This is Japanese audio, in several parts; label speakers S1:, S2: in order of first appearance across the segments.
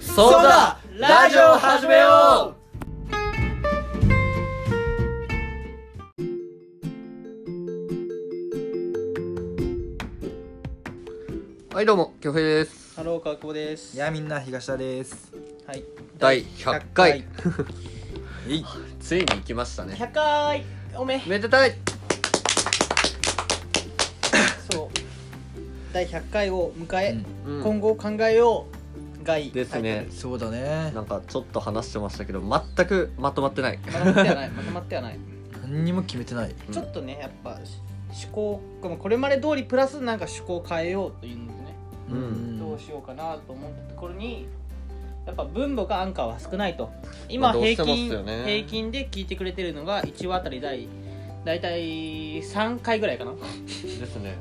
S1: そうだラジオ始めよ
S2: はいどうも、きょうへいです。
S1: ハロー川久保です
S3: いやみんな東田です。
S1: はい
S2: 第100回。
S3: えい
S2: ついに行きましたね。
S1: 100回おめ
S2: めでたい
S1: そう第100回を迎え、
S2: うん
S1: 今後を考えようがい
S2: ですね。
S3: そうだね
S2: な。んかちょっと話してましたけど、全くまとまってない。
S1: まとまって はないまとまってはない、
S3: 何にも決めてない。
S1: ちょっとねやっぱし思考まあこれまで通りプラスなんか思考を変えようというのでね、
S2: うん
S1: どうしようかなと思ったところにやっぱ分母かアンカーは少ないと
S2: ま
S1: 今
S2: あどうして
S1: 平
S2: もっ
S1: 均、
S2: すよね
S1: 平均で聞いてくれてるのが1話あたり第大体3回ぐらいかな
S2: ですね。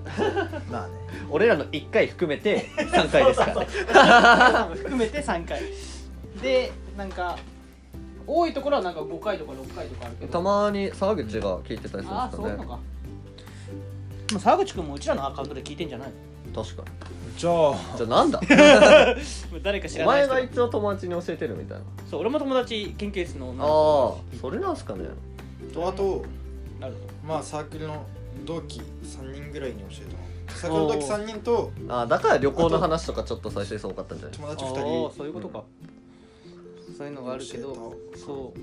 S3: まあね。
S2: 俺らの1回含めて3回です からね。
S1: 含めて3回でなんか多いところはなんか5回とか6回とかあるけど
S2: たまに沢口が聞いてたりする
S1: ああそ
S2: んで
S1: うな
S2: す
S1: の
S2: かね。
S1: かでも沢口君もうちらのアカウントで聞いてんじゃない
S2: 確かに。
S3: じゃあ
S2: じゃあなんだ
S1: 誰か知
S2: お
S1: らな
S2: 前
S1: い人
S2: が一応友達に教えてるみたいな。
S1: そう俺も友達研究室の女
S2: ああ
S1: の、
S2: それなんすかね。
S4: とあと
S1: 子なるほど
S4: まあサークルの同期3人ぐらいに教えたサークルの同期3人と
S2: ああだから旅行の話とかちょっと最初に多かったんじゃない
S4: 友達
S1: あ
S4: 2
S1: あそういうことか、そういうのがあるけ
S4: 教
S1: どそう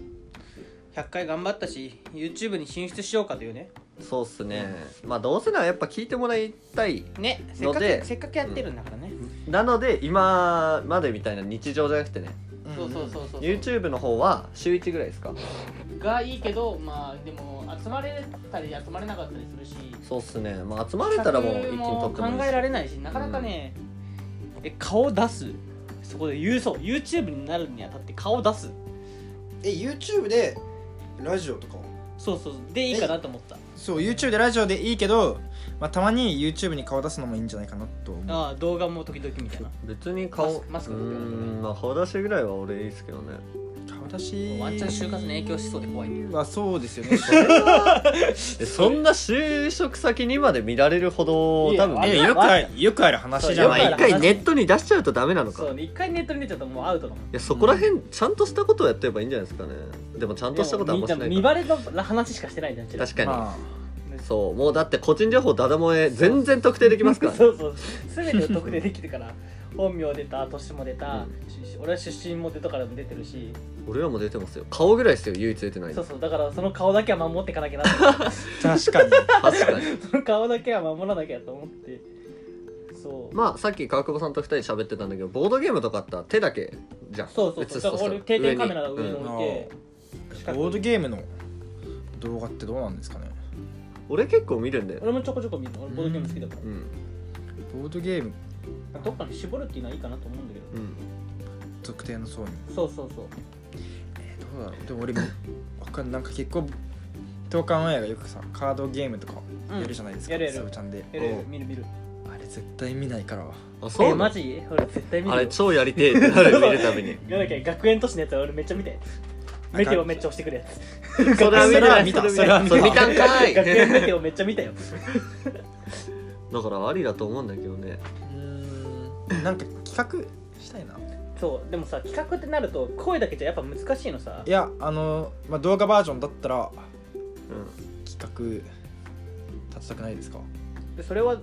S1: 100回頑張ったし YouTube に進出しようかというね
S2: そうっすね。まあどうせならやっぱ聞いてもらいたい
S1: ねせっ
S2: の
S1: か
S2: で
S1: くせっかくやってるんだからね、
S2: なので今までみたいな日常じゃなくてね
S4: 人
S1: そうそうそうそう
S2: YouTube の方は週1ぐらいですか
S1: がいいけどまあでも集まれたり集まれなかったりするし
S2: そうっすねまあ集まれたらもう一気に撮ってもいい
S1: 考えられないしなかなかね、え顔を出すそこで言うそう YouTube になるにあたって顔を出す
S4: え YouTube でラジオとかを
S1: そうそうそうでいいかなと思った
S3: そう YouTube でラジオでいいけど、まあたまに YouTube に顔出すのもいいんじゃないかなと思う。
S1: ああ動画も時々みたいな
S2: 別に顔
S1: マスマスク
S2: う
S1: だけどね
S2: んまあ顔出しぐらいは俺いいですけどね
S3: 顔出し。
S1: ワンチャン就活に影響しそうで怖い
S3: はそうですよ ね。
S2: えそんな就職先にまで見られるほど
S1: いや
S2: 多分
S1: あ
S2: ね
S1: れ
S3: えよくあるよくある話じ
S2: や
S3: ゃ
S2: っぱ
S3: ない
S1: よくあ
S2: 一
S1: る。
S2: 回ネットに出しちゃうとダメなのか
S1: そうね一回ネットに出ちゃったらもうアウトだもん
S2: いやそこら辺ちゃんとしたことをやってればいいんじゃないですかねでもちゃんとしたことはあんまし
S1: で
S2: な
S1: も
S2: い
S1: 見
S2: か
S1: バレの話しかしてないじゃん
S2: ら確かに、
S3: ま
S2: そうもうだって個人情報ダダ漏れ全然特定できますからね
S1: そうそう全てを特定できるから 本名出た年も出た、し俺は出身も出たからも出てるし
S2: 俺らも出てますよ顔ぐらいですよ唯一出てない
S1: そう
S2: の
S1: そうだからその顔だけは守っていかなきゃなと 思って
S3: あ確かに。
S2: 確かに
S1: その顔だけは守らなきゃと思ってそう、
S2: まあさっき川久保さんと二人で喋ってたんだけどボードゲームとかあったら手だけじゃん
S1: そうそう
S2: 映
S1: そう
S2: す
S1: だ
S2: と
S1: か
S2: さ
S1: ら俺定点カメラが
S2: 上
S1: 上
S2: に
S1: に
S2: うん
S1: 置いて、近く
S3: ボードゲームの動画ってどうなんですかね。
S2: 俺結構見るんだよ、
S1: 俺もちょこちょこ見るの俺ボードゲーム好きだか
S2: うん
S3: ボードゲーム
S1: ら、どっかに絞るっていうのはいいかなと思うんだけど
S2: うん、
S3: 特定の層に。
S1: そうそうそう
S3: えどうだろう。でも俺もわかんなんか結構東韓オンエアがよくさカードゲームとかやるじゃないですか。
S1: やるやる
S3: サブちゃんで。
S1: える見る見る
S3: あれ絶対見ないから。
S2: あそう
S1: え
S2: なの
S1: マジ俺絶対見
S2: あ
S1: る
S2: れ
S1: よ
S2: 超やりてえってなる見るたびに
S1: やらなきゃ学園都市のやつは俺めっちゃ見てメテオめっちゃ押してくるやつ
S2: それは見
S3: それは
S2: た
S3: 見た
S2: それは見た
S3: それは見た
S2: それ見たんかい
S1: 学
S2: だ
S1: 園メテオめっちゃ見たよ
S2: からありだと思うんだけどね
S3: うんなんか企画したいな
S1: そうでもさ企画ってなると声だけじゃやっぱ難しいのさ
S3: いやあの、まあ、動画バージョンだったら
S2: うん
S3: 企画立ちたくないですか
S1: でそれは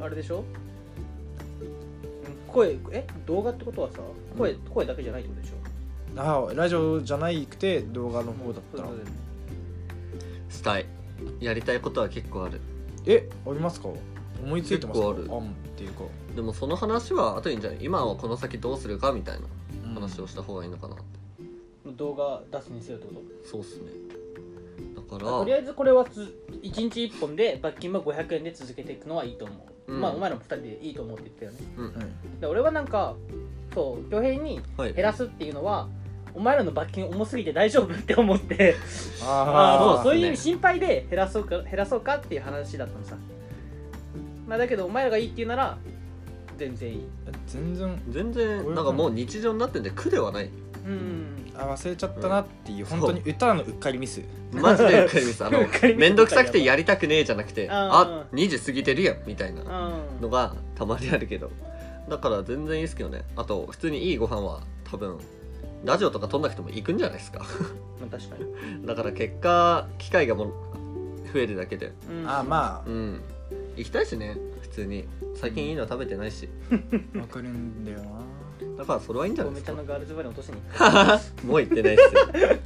S1: あれでしょうん声え動画ってことはさ声,、声だけじゃないってことでしょ
S3: ああラジオじゃないくて動画の方だったら
S1: そうそうそう
S2: したいやりたいことは結構ある
S3: えありますか思いついてますか
S2: 結構ある
S3: 案っていうか
S2: でもその話は後にじゃない今はこの先どうするかみたいな話を
S3: し
S2: した方がいいのかなって、
S1: 動画出すにせよってこと
S2: そうっすねだから
S1: とりあえずこれはつ1日1本で罰金は500円で続けていくのはいいと思う、
S2: うん
S1: まあお前らも2人でいいと思うって言ったよね
S3: た、うん
S1: で俺はなんかそう挙兵に
S2: はい
S1: 減らすっていうのはお前らの罰金重すぎて大丈夫って思って
S3: あ
S1: あ
S3: ー
S1: あそうそういう意味心配で減らそうか減らそうかっていう話だったのさ、まあ、だけどお前らがいいって言うなら全然いい
S3: 全然
S2: 全然なんかもう日常になってんで苦ではない
S1: うん
S3: あ忘れちゃったなっていう、
S2: そう
S3: 本当に歌のうっかりミス
S2: マジでうっかりミスあ
S1: う
S2: の
S1: っかりミス
S2: 面倒くさくてやりたくねえじゃなくて
S1: うん
S2: あ2時過ぎてるやんみたいな
S1: うん
S2: のがたまにあるけどだから全然いいですけどねあと普通にいいご飯は多分ラジオとか撮んなくても行くんじゃないですか
S1: まあ確かに、
S2: だから結果機会がもう増えるだけで
S1: うん、
S3: あま
S2: うん行きたいしね普通に最近いいの食べてないし
S3: あわかるんだよな
S2: だからそれはいいんじゃ
S1: ゴ
S2: ない
S1: メ
S2: です
S1: ちゃ
S2: か
S1: んのガールズバレー落としに行く
S2: もう行ってないっす よ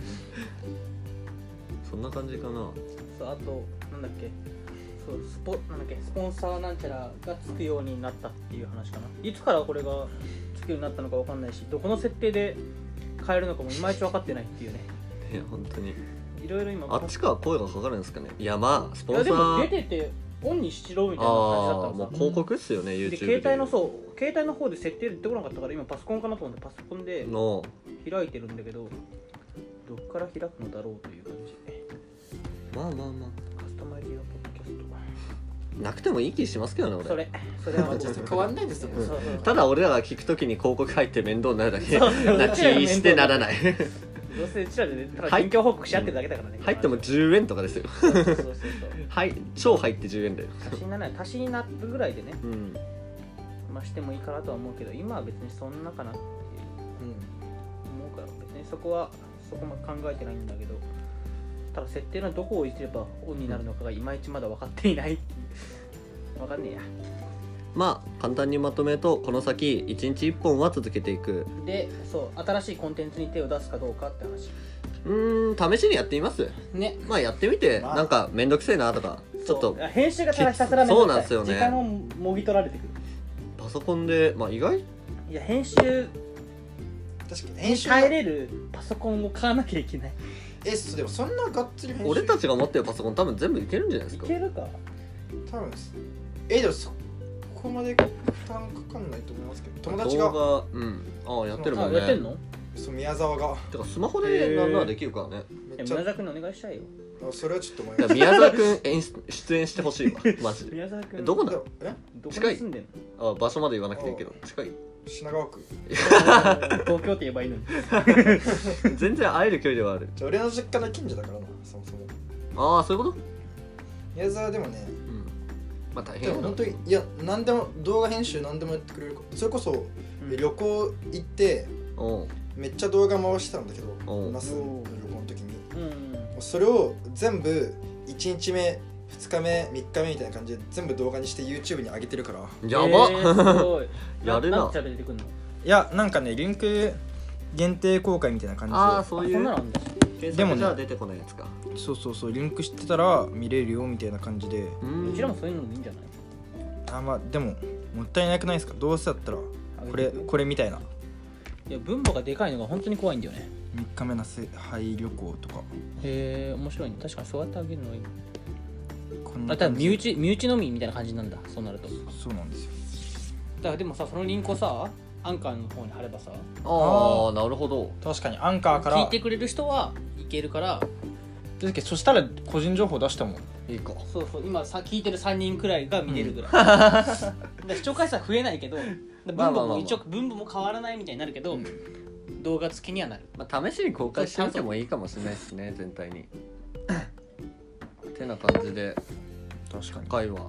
S2: そんな感じかな
S1: そうあとなんだっけそうスポなんだっけスポンサーなんちゃらがつくようになったっていう話かないつからこれがつくようになったのかわかんないしどこの設定で変えるのかもいまいち分かってないっていうね
S2: いや本当に
S1: いろいろ今
S2: あっちから声がかかるんですかねいやまあス
S1: い
S2: ポンサ
S1: やでも出
S2: ー
S1: ててオンにしろみたいな感じだった
S2: ああ
S1: の
S2: も
S1: さ
S2: う広告っすよね YouTube で
S1: で携帯のそう携帯の方で設定出てこなかったから今パソコンかなと思ってパソコンで
S2: の
S1: 開いてるんだけどどっから開くのだろうという感じ
S2: まあまあま
S1: カスタマイズやポッドキャス
S2: あなくてもいい気しますけどね
S1: ト
S2: 俺
S1: それそれは
S4: ちょっと変わんないんですよ
S1: そうそう
S2: ただ俺らが聞くときに広告入って面倒になるだけ
S1: そうそう
S2: な気してなら ない
S1: どうせうちらでただ近況報告し合ってるだけだからね
S2: 入っても
S1: そう
S2: 10円とかですよ
S1: そうそう そう
S2: はい超入って10円だよ
S1: 足しにならない足しになるぐらいでね
S2: うん
S1: まあしてもいいかなとは思うけど今は別にそんなかなっていう思うから別にそこはそこまで考えてないんだけどただ設定のどこをいじればオンになるのかがいまいちまだ分かっていない分かんねえや
S2: まあ簡単にまとめるとこの先1日1本は続けていく
S1: でそう新しいコンテンツに手を出すかどうかって話
S2: うーん試しにやってみます
S1: ね
S2: まあやってみて
S4: まあ
S2: なんか面倒くせえなとかちょっと
S1: 編集がただひたすらめん
S2: そ
S1: どくさい
S2: うなんですよね
S1: 時間をもぎ取られてくる
S2: パソコンでまあ意外
S1: いや編集
S4: 確かに
S1: に
S4: 編集
S1: 耐えれるパソコンを買わなきゃいけない
S4: えそうでもそんながっつり編集
S2: 俺たちが持ってるパソコン多分全部いけるんじゃないで
S1: い
S2: すか
S1: けるか
S4: 多分ですえでもそこまで負担かかんないと思いますけど友達が
S2: 動画うんああやってるも
S1: あ
S2: んね
S1: やってんの
S4: そう宮沢が
S2: てかスマホでなんならできるからね
S4: め
S1: いや
S4: っちゃ
S1: 宮沢君にお願いしたいよ
S4: あそれはちょっと思い
S2: い
S4: ま
S2: や
S4: す
S2: 宮沢くん演出出演してほしい わマジで
S1: 宮沢君
S2: どこ
S4: で
S2: な
S4: もえ
S1: どこ
S2: 近
S1: に
S2: い
S1: 住んでんの
S2: あ場所まで言わなくていいけど近い
S4: 品川区
S1: 東京って言えばいいのに
S2: 全然会える距離ではある
S4: じゃあ俺の実家の近所だからなそもそも
S2: ああそういうこと
S4: 宮沢でもね
S2: うんまあ大
S4: で
S2: 変
S4: も
S2: だ
S4: 本当にいや何でも動画編集何でもやってくれるからそれこそ
S1: うん
S4: 旅行行って
S2: うん
S4: めっちゃ動画回してたんだけど
S2: おう
S4: 那須
S1: お
S4: の
S1: う
S4: 旅行の時に
S1: うんうん
S4: それを全部1日目2日目3日目みたいな感じで全部動画にして YouTube に上げてるから
S2: やば
S1: えー、すごい
S2: やるな
S1: なんちゃら出てくんの
S3: いやなんかねリンク限定公開みたいな感
S2: ああ
S3: じ
S2: そう
S1: あ
S2: い
S1: そんなの
S2: う
S1: あんだ
S2: 検
S3: でも
S2: 索
S3: ね
S2: じゃ出てこないやつか
S3: でそうそうそうリンクしてたら見れるよみたいな感じで
S2: う
S1: うんちらもそういうのでいいんじゃない
S3: あまあでももったいなくないですかどうせだったらこれこれみたいない
S1: や分母がでかいのが本当に怖いんだよね
S3: 3日目のせ廃旅行とか
S1: へえ面白いね確かにそうやってあげるのはいい
S3: こん
S1: あ
S3: な
S1: た
S3: 感
S1: だ身
S3: じ
S1: 内身内のみみたいな感じなんだそうなるとだか
S3: そうなんですよ
S1: らでもさそのリンクをさアンカーの方に貼ればさ
S2: ああなるほど
S3: 確かにアンカーから
S1: 聞いてくれる人はいけるから
S3: ですけどそしたら個人情報出したもん
S2: いいか
S1: そうそう今さ聞いてる3人くらいが見れるぐらい、 だから視聴回数は増えないけど分
S2: まあま
S1: 母
S2: あまあ
S1: も一応分母も変わらないみたいになるけど、動画付きにはなる
S2: まあ、試しに公開してみてもいいかもしれないですね全体 にてな感じで
S3: 確かに
S2: 会話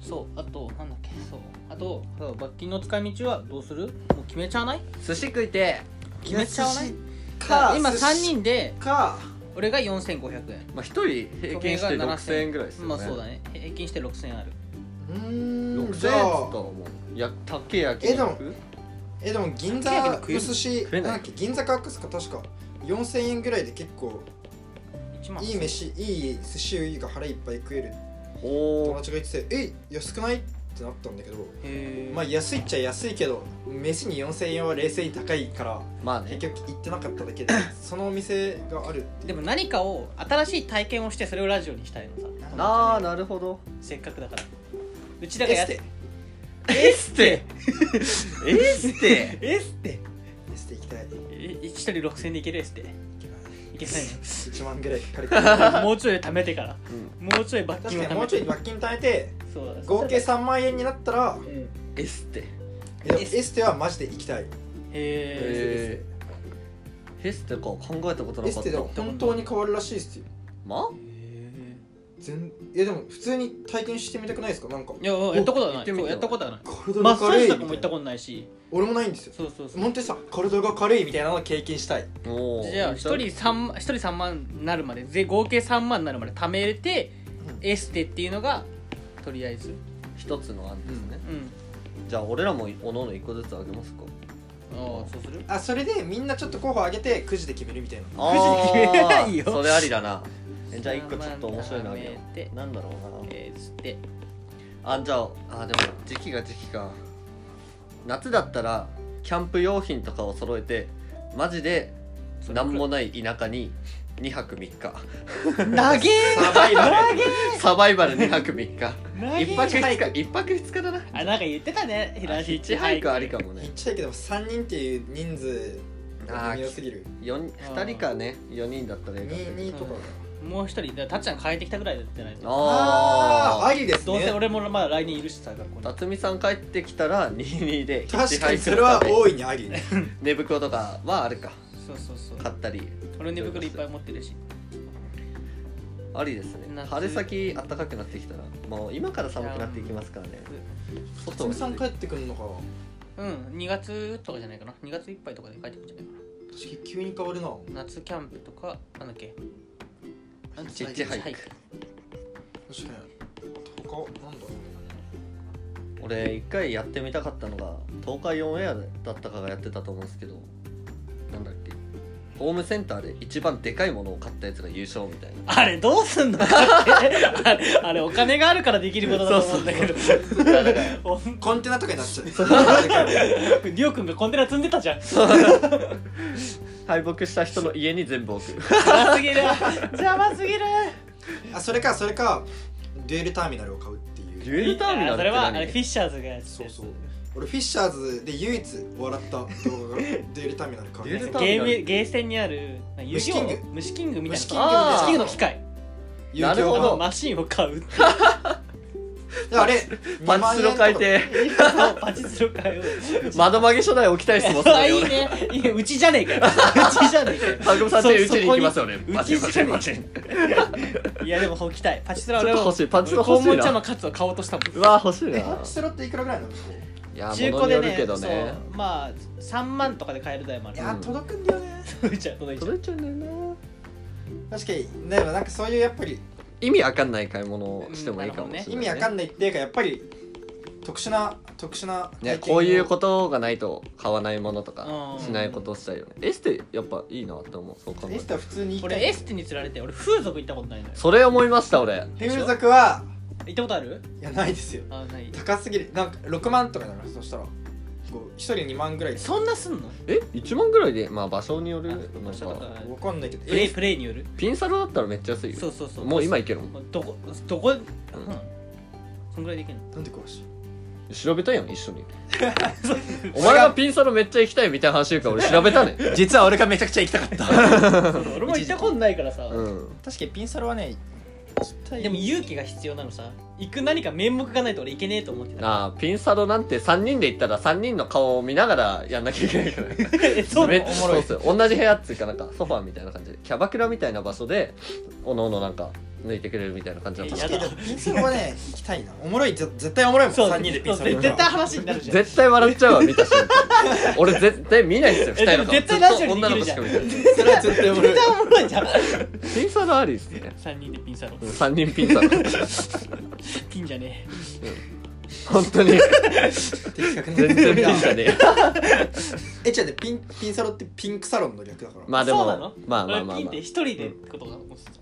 S1: そうあとなんだっけそうあとそう罰金の使い道はどうするもう決めちゃわない
S2: 寿司食いて
S1: 決めちゃわない
S4: いや寿司
S1: さ
S4: か
S1: あ今
S4: 寿司
S1: 3人で
S4: か
S1: 俺が4500円
S2: まあ、1人平均して
S1: 翔平が
S2: 6000円ぐらいですよね
S1: まあそうだね平均して6000円ある
S4: うー
S2: 6000円
S4: ん
S2: っつ
S4: じ
S2: った
S4: ゃ
S2: ら
S4: あ
S2: もうや竹焼き
S4: えでもえでも銀座
S1: かき揚げとか食え
S4: う
S1: る
S4: すし
S2: 食え
S4: なん
S2: ない
S4: だっけ銀座かくすか確か4000円ぐらいで結構
S1: 1万
S4: いい飯いい寿司が腹いっぱい食える
S2: お
S4: 友
S2: お
S4: 達が言っててえ安くないってなったんだけど
S1: へえ
S4: まあ安いっちゃ安いけど飯に4000円は冷静に高いから
S2: まあね
S4: 結局行ってなかっただけ でそのお店があるって
S1: でも何かを新しい体験をしてそれをラジオにしたいのさ
S2: ああなるほど
S1: せっかくだからうちだから
S4: エ
S1: や
S4: ス
S1: っ
S4: テ
S1: エステ
S2: エステ
S1: エステ
S4: エステ行きたい
S1: え一人6000円でいけるエステいけ ない
S4: 1万ぐらいかかるから
S1: のもうちょい貯めてから
S2: うん
S1: もうちょい 罰
S4: 確
S1: 金
S4: か
S1: を
S4: にもう
S1: 貯
S4: ちょ
S1: め
S4: い
S1: て
S4: 罰金貯めて
S1: そうだ
S4: 合計3万円になったら
S1: うんへ
S2: エステ
S4: いや
S1: エ
S4: エ
S1: ステ
S4: ステはマジで行きたい
S1: え
S2: えーエステか考えたこと
S4: エ
S2: なか
S4: ス
S2: った
S4: テでは本当に変わるらしいっすよ
S2: まあ
S4: 全いやでも普通に体験してみたくないですかなんか
S1: いややったことは
S2: 行
S1: な
S2: っ
S1: い
S2: てみて
S1: そう
S2: よ
S1: やったことはない
S4: 体
S1: マ
S4: が
S1: ッサー
S4: 軽
S1: ジ
S4: い
S1: と
S4: み
S1: か
S4: たい
S1: も
S4: な
S1: 行ったことないし
S4: 俺もないんですよ
S1: そうそうそう
S4: 本当にさ体が軽いみたいなのを経験したい
S2: おー
S1: じゃあ1人3 ,1 人3万になるまでぜ合計3万になるまで貯めてエステっていうのがとりあえず
S2: 一つの案ですね、
S1: うん
S2: じゃあ俺らもおのおの1個ずつあげますか
S1: ああそうする
S4: あそれでみんなちょっと候補上げてくじで決めるみたいな
S2: あ
S1: くじ決めないよ
S2: ーそれありだなえじゃあ1個ちょっと面白いのあげよ
S1: 貯めて
S2: うなんだろうな
S1: エステ
S2: あじゃああでも時期が時期か夏だったらキャンプ用品とかを揃えてマジで何もない田舎に2泊3日
S1: 投げ
S2: サバイバルサバイバル2泊3日 一泊
S4: ハイ
S2: 2
S4: ク
S2: 日一泊2日だな
S1: あなんか言ってたね平
S2: あ
S1: ら
S2: ヒッチハイクありかも
S4: ヒ
S2: ね
S4: ッチハイクでも3人っていう人数
S2: あ
S4: が
S2: ー
S4: 微妙すぎる
S2: 2人かね4人だったらいいかもしれない
S4: 22とか
S1: もう一人だたっちゃん帰ってきたぐらいだってないと
S2: あ
S4: あ
S2: あ
S4: ありです
S1: どうせ
S4: ね
S1: 俺もまだ来年いるしさ学校に
S2: 辰巳さん帰ってきたら22でヒッチ
S4: 確
S2: ハ
S4: か
S2: イ
S4: に
S2: ク
S4: そ
S2: の
S4: れは
S2: ため
S4: 大いにあり
S2: 寝袋とかはあるか
S1: そうそうそう
S2: 買ったり
S1: 俺寝袋いっぱい持ってるし
S2: ありですね
S1: 夏
S2: 春先暖かくなってきたらもう今から寒くなっていきますからね
S4: 辰巳さん帰ってくるのか
S1: うん2月とかじゃないかな2月いっぱいとかで帰ってくるんじゃないか
S4: 確かに急に変わるな
S1: な夏キャンプとかなんだっけなん
S2: ヒッチハイク
S1: ヒッチ
S4: 確かに他なんだろ
S2: 俺一回やってみたかったのが東海オンエアだったかがやってたと思うんですけどなんだっけホームセンターで一番でかいものを買ったやつが優勝みたいな
S1: あれどうすんの あれあれお金があるからできることだと思うんだけど お
S4: うコンテナとかになっちゃう
S1: りょうくんがコンテナ積んでたじゃん
S2: 敗北した人の家に全部 置く
S1: 邪魔すぎる邪魔すぎる
S4: あそれかそれかデュエルターミナルを買うって
S2: ジ
S4: いう
S2: ュエルターミナル
S1: あ
S2: っ
S1: そ
S2: て
S1: れは
S2: 何
S1: あれフィッシャーズがやってた
S4: そう
S1: やつ
S4: そう俺フィッシャーズで唯一笑った動画がデュエルターミナル買
S2: デュエルタ
S4: う
S2: ーミナル
S1: ゲームゲーセンにあるなんか遊戯王の
S4: 虫キン
S1: 虫キングみたいな
S4: 虫キン
S2: グみたいな
S1: あー虫キングの機械
S2: なるほど
S1: のマシンを買うって
S4: あれ
S2: パチスロ変えて
S1: いうのをパチスロ買う
S2: 窓曲げ初代置きたいですもんそ
S1: あ
S2: れ
S1: いい
S2: 俺
S1: ねいいねうちじゃねえ かようちじゃねえかよ
S2: パグさんってうちに行きますよね
S1: そ
S2: バチンバチンバ
S1: う
S2: チ
S1: ち
S2: ン
S1: いやでも置きたいパチス
S2: ちょ
S1: ラ
S2: っ
S1: 俺
S2: と
S1: は
S2: 欲しいパチスロ
S1: 肛
S2: 欲しい
S1: 門茶の
S2: な
S1: カツを買おうとしたもん
S2: うわ欲しいな
S4: えパチスロっていくらぐらいなの
S2: いや
S1: 中
S2: 物
S1: 古
S2: によ
S1: で
S2: る
S1: ね
S2: けどね
S1: そうまあ3万とかで買える台もあ
S4: い
S1: る
S4: や届くんだよね
S1: 届いちゃう届いちゃ
S2: 届
S1: う
S2: いちゃうんだよな
S4: 確かにでもなんかそういうやっぱり
S2: 意味わかんない買い物をしてもいいかもしれない、ね
S4: 意味わかんないっていうかやっぱり特殊な特殊な
S2: ね、
S4: 体験
S2: こ
S4: を
S2: ういうことがないと買わないものとか
S1: うん
S2: しないことをしたいよねエステやっぱいいなって思うそう考え
S4: エ
S2: る
S4: ステは普通に行きた
S1: 俺エ
S4: い
S1: ステに釣られて俺風俗行ったことないのよ
S2: それ思いました俺
S4: 風俗は
S1: 行ったことある
S4: いやないですよ
S1: あない
S4: 高すぎるなんか6万とかだからそしたらこう1人2万ぐらい
S1: そんなすんの
S2: え1万ぐらいでまあ場所による
S1: あ
S2: の
S1: 場所とか
S2: か
S4: わかんないけど
S1: プレイ
S4: え
S1: プレイによる
S2: ピンサロだったらめっちゃ安いよ
S1: そうそうそう
S2: もう今いけるもん
S1: もうどこどこ、うん、そんぐらいできる の
S4: なんで詳しい
S2: 調べたやん一緒 にお前がピンサロめっちゃ行きたいみたいな話言うから俺調べたね
S3: 実は俺がめちゃくちゃ行きた かった
S1: そうそう俺も行ったことないからさ、
S2: うん
S4: 確かにピンサロはね絶対
S1: でも勇気が必要なのさ行く何か面目がないと俺行けねえと思ってた
S2: ああピンサロなんて3人で行ったら3人の顔を見ながらやんなきゃいけないから
S1: えそう
S2: め
S1: な
S2: っ
S1: の
S2: ちゃそうっすよ同じ部屋っつうかなんかソファーみたいな感じでキャバクラみたいな場所でおのおのなんか抜いてくれるみたいな感じだった
S1: や
S4: 確か
S1: だ
S4: にピンサロはね行きたいなおもろいぜ絶対おもろいもん
S1: そう
S4: 3人でピンサロ
S1: そう絶対話になるじゃん
S2: 絶対笑っちゃうわ見た瞬間俺絶対見ないですよ
S1: え
S2: 二人の顔
S1: でも絶対ラジオに
S2: ずっと女の
S1: でき
S2: 子
S1: る
S2: しか見てない
S1: じゃん
S4: それは絶対おもろい
S1: 絶対おもろいじゃん
S2: ピンサロありですね
S1: 3人でピンサロ
S2: うん三人ピンサロ
S1: ピンじゃね
S2: 本当に
S4: 的確な
S2: 全然ピンじゃね え
S4: えじゃあねピンピンサロってピンクサロンの略だから
S2: まあで
S1: そ
S2: も
S1: うなの
S2: ま
S1: え
S2: あまあまあ、
S1: 俺ピン
S2: ま
S1: って一人でってことが思ってた
S2: あ、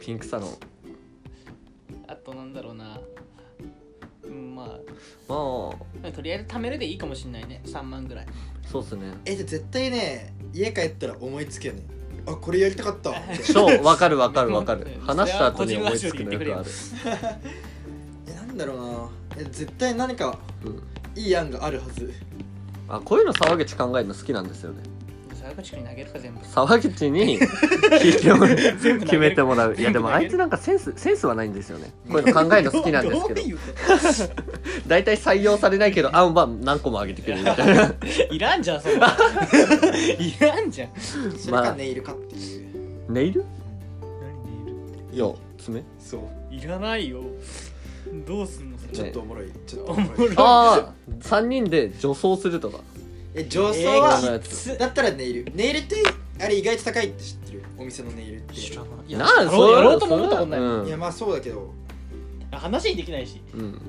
S2: ピンクサロン
S1: あとなんだろうなうんま
S2: ま
S1: あとりあえず貯めるでいいかもしんないね3万ぐらい
S2: あそうっすね
S4: えじゃあ絶対ね家帰ったら思いつけよねあこれやりたかったみたいな
S2: そうわかるわかるわかる
S1: うん
S2: 話した後に思いつくのよくある
S4: えなんだろうなえ絶対何か
S2: うん
S4: いい案があるはず
S2: あこういうの沢口考えるの好きなんですよね
S1: 沢口君に投げるか全部
S2: 沢口 に聞いてもらう
S1: 全部投げる
S2: 決めてもらういや
S1: 全部投げる
S2: でもあいつなんかセンスセンスはないんですよねこういうの考えるの好きなんですけど
S1: う いうこ
S2: 大体採用されないけど案は何個も上げてくれるみたいな
S1: と いらんじゃんそんな いらんじゃん
S4: それがネイルかっていう、
S2: ネイル
S1: 何でいる
S2: いやすめ
S4: そう
S1: いらないよどうすんのそ
S4: ち
S1: れ
S4: ょっとおもろいちょっと
S1: お
S4: お
S1: も
S4: も
S1: ろ
S4: ろ
S1: い
S4: い
S2: ああ3人で女装するとか
S4: え上層
S2: 映画の
S4: は
S2: やつ
S4: だったらネイルネイルってあれ意外と高いって知ってるお店のネイルって
S1: 知らないいや
S2: なあ
S1: や
S2: そ
S1: ろう
S2: れ
S1: やろうとも思ったことない、
S2: うん
S4: いやまあそうだけど
S1: 話にできないし
S2: うん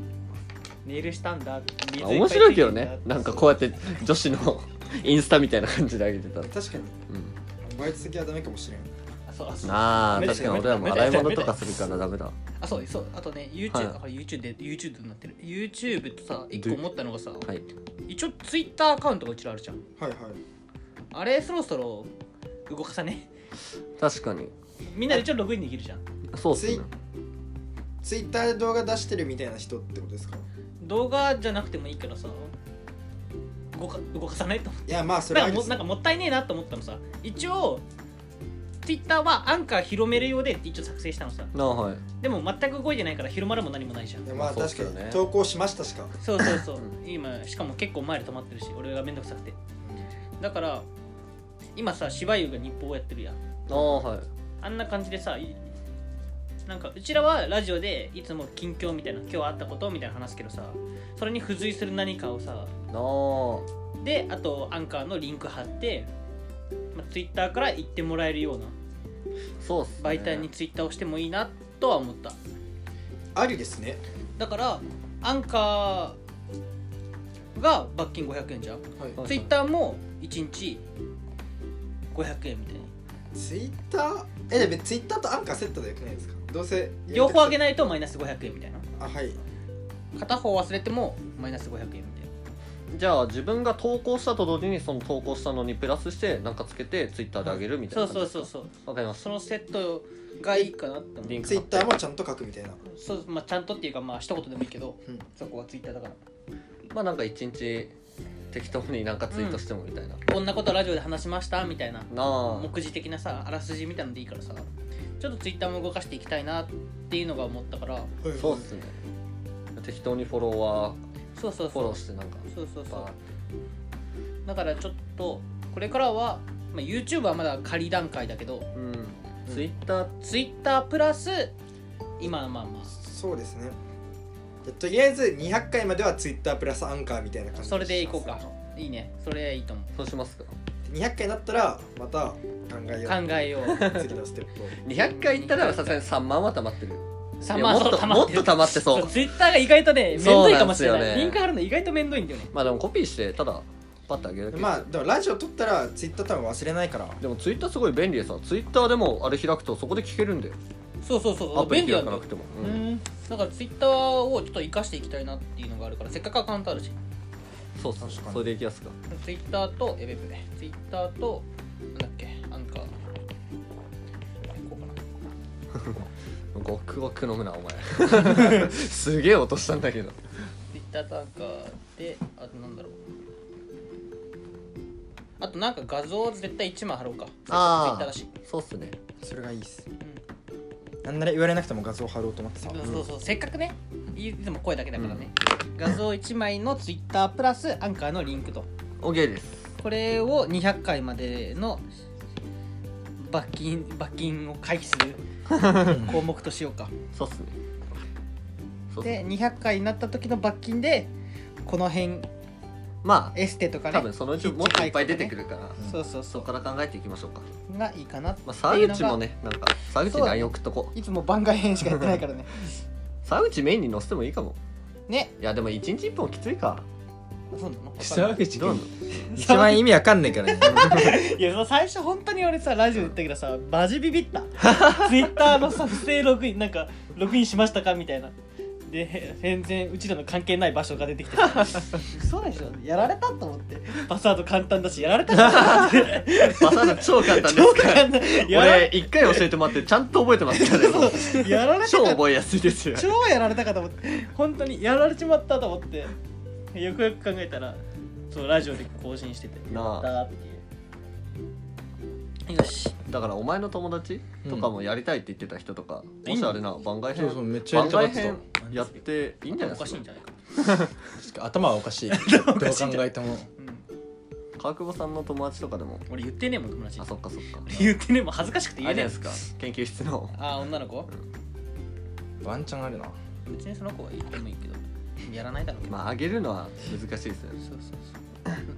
S1: ネイルしたんだ
S2: あ面白いけど
S1: 水
S2: ね
S1: っぱ
S2: なんかこうやって女子の インスタみたいな感じで上げてたら、
S4: 確かに
S2: うん、
S4: バイト先はダメかもしれん
S1: あそうあそう
S2: ああ確かに俺らも洗い物とか
S1: ダ
S2: するからダメだ
S1: あそうそうあとね YouTube、
S2: はい
S1: あ YouTube で YouTube になってる YouTube とさ一個思ったのがさ、
S2: はい
S1: 一応 Twitter アカウントがうちらあるじゃん
S4: はいはい
S1: あれそろそろ動かさね
S2: 確かに
S1: みんなで一応ログインできるじゃん
S2: そうっすね
S4: ツイッターで動画出してるみたいな人ってことですか
S1: 動画じゃなくてもいいからさ動か動かさないと思って
S4: いやまあそれ
S1: な
S4: は
S1: んかもなんかもったいねえなと思ったのさ一応 Twitter はアンカー広めるようで一応作成したのさ
S2: ああはい
S1: でも全く動いてないから広まるも何もないじゃん
S4: いやまあ
S2: そうっす
S4: 確か
S2: よね
S4: に投稿しましたしか
S1: そうそうそう
S2: う
S1: 今しかも結構前で止まってるし俺がめんどくさくてだから今さ芝生が日報をやってるやん
S2: ああはい
S1: あんな感じでさいなんかうちらはラジオでいつも近況みたいな今日あったことみたいな話すけどさそれに付随する何かをさ
S2: ああ
S1: であとアンカーのリンク貼って、まあ、Twitter から言ってもらえるような
S2: そうっすね
S1: 媒体に Twitter をしてもいいなとは思った
S4: ありですね
S1: だからアンカーが罰金500円じゃん
S4: はい
S2: はい
S1: ツイッターも1日500円みたいな
S4: ツイッターえでもツイッターとアンカーセットでよくないですかどうせ
S1: 両方上げ
S4: ない
S1: ないとマイナス500円みたいな
S4: あはい
S1: 片方忘れてもマイナス500円みたい
S2: じゃあ自分が投稿したと同時にその投稿したのにプラスしてなんかつけてツイッターで上げるみ
S1: な
S2: たい
S1: そう
S2: な
S1: そう
S2: 感じ
S1: そうそう
S2: わかります
S1: そのセットがいいかなって思
S2: リン
S1: う
S2: ク
S4: ツイッターもちゃんと書くみたいな
S1: そう、まあ、ちゃんとっていうかまあ一言でもいいけど、
S4: うん
S1: そこはツイッターだから
S2: まあなんか一日適当になんかツイートしてもみたいな、
S1: こんなことラジオで話しましたみたいな
S2: なあ
S1: 目次的なさあらすじみたいのでいいからさちょっとツイッターも動かしていきたいなっていうのが思ったから
S2: そうっすね適当にフォロワ
S1: そうそう
S2: ーフォ
S1: そ
S2: ロー
S1: う
S2: してなんか
S1: そうそうそう
S2: バー
S1: だからちょっとこれからは、まあ、YouTube はまだ仮段階だけど
S2: うんツイッター
S1: Twitter プラス今まあま
S4: そうですねじゃとりあえず200回まではツイッタープラスアンカーみたいな感
S1: あ
S4: じ
S1: それでいこうかいいねそれいいと思う
S2: そうしますか
S4: 200回になったらまた考えよ
S1: 考えよう
S4: う次のステップを
S2: 200回行ったらさすがに3万は溜まってる
S1: 3
S2: いやもっともっと溜まってそう
S1: ツイッターが意外とねめんどいかもしれない
S2: そうなんですよね
S1: リンク貼るの意外とめんどいんだよね
S2: まあでもコピーしてただパッと上げるだけ、
S4: まあでもラジオ撮ったらツイッター多分忘れないから
S2: でもツイッターすごい便利でさツイッターでもあれ開くとそこで聞けるんだよ
S1: そうそうそうそ
S2: ア
S1: う
S2: プ
S1: 便
S2: リ
S1: 利な
S2: 開
S1: ん
S2: か
S1: だ
S2: な
S1: よ
S2: くても、
S1: う
S2: うん
S1: んだからツイッターをちょっと生かしていきたいなっていうのがあるからせっかくアカウントあるし
S2: そうそう
S4: 確かに
S2: それでいきやすか
S1: ツイッターとえべべツイッターとなんだっけアンカーこうかな
S2: ごくごく飲むなお前 すげえ落としたんだけど
S1: ツイッターとアンカーであとなんだろうあとなんか画像を絶対1枚貼ろうかツイッターだし、
S2: そうっすね
S4: それがいいっす
S1: う
S4: なんなら言われなくても画像貼ろうと思ってさ
S1: ん、そうそうせっかくねいいつも声だけだからね、画像1枚のツイッタープラスアンカーのリンクと
S2: OK です
S1: これを200回までの罰金罰金を回避する項目としようか
S2: そうっすねそうっすね
S1: で200回になった時の罰金でこの辺
S2: まあ
S1: エステとかね
S2: 多分そのうちもっといっぱい出てくるから、
S1: そうそうそ
S2: そこから考えていきましょうか、
S1: うがいいかなっていう
S2: まあ、
S1: の
S2: 沢
S1: が
S2: 口もねなんか沢口に LINE 送っとこう
S1: いつも番外編しかやってない からね。
S2: 沢口メインに載せてもいいかも
S1: ね、
S2: いやでも1日1本きついか
S1: そうなの。
S3: 沢口
S2: どうな
S3: 君
S2: の
S3: 一番意味わかんないからね
S1: いや、その最初本当に俺さ、ラジオで言ったけどさ、マジビビ った。ツイッターのさ、不正ログイン、なんか、ログインしましたかみたいな。で、へ全然うちらの関係ない場所が出てきてさ嘘でしょやられたと思ってパスワード簡単だし やられたと思って
S2: バサの超簡単で
S1: 超
S2: すか
S1: 簡
S2: ら
S1: 単やら
S2: 俺1回教えてもらってちゃんと覚えてますからね
S1: そうやられた
S2: 超
S1: か
S2: 覚え やすいですよ
S1: 超やられたかと思って本当にやられちまったと思ってよくよく考えたらそうラジオで更新してて
S2: なあ
S1: やったーっていうよし
S2: だからお前の友達とかもやりたいって言ってた人とか、もしあれな番外編
S3: そうそうめっちゃや
S2: 番
S3: りたか
S2: 外
S3: った
S2: 編やっていいんじゃな
S1: お
S2: いで
S1: か
S2: す
S1: しい
S2: か
S1: んじゃないか、
S3: 頭はおかしいどう考えても
S1: うん、
S2: 川久保さんの友達とかでも
S1: 俺言ってねえもん友達に
S2: あそっかそっか
S1: 俺言ってねえもん恥ずかしくて言
S2: あ
S1: え
S2: れじ
S1: ね
S2: ゃない
S1: え
S2: ですか研究室の
S1: ああ女の子
S3: ワンチャンあるな
S1: 別にその子がいてもいいけどやらないだろうけど
S2: まああげるのは難しいですよね
S1: そうそうそう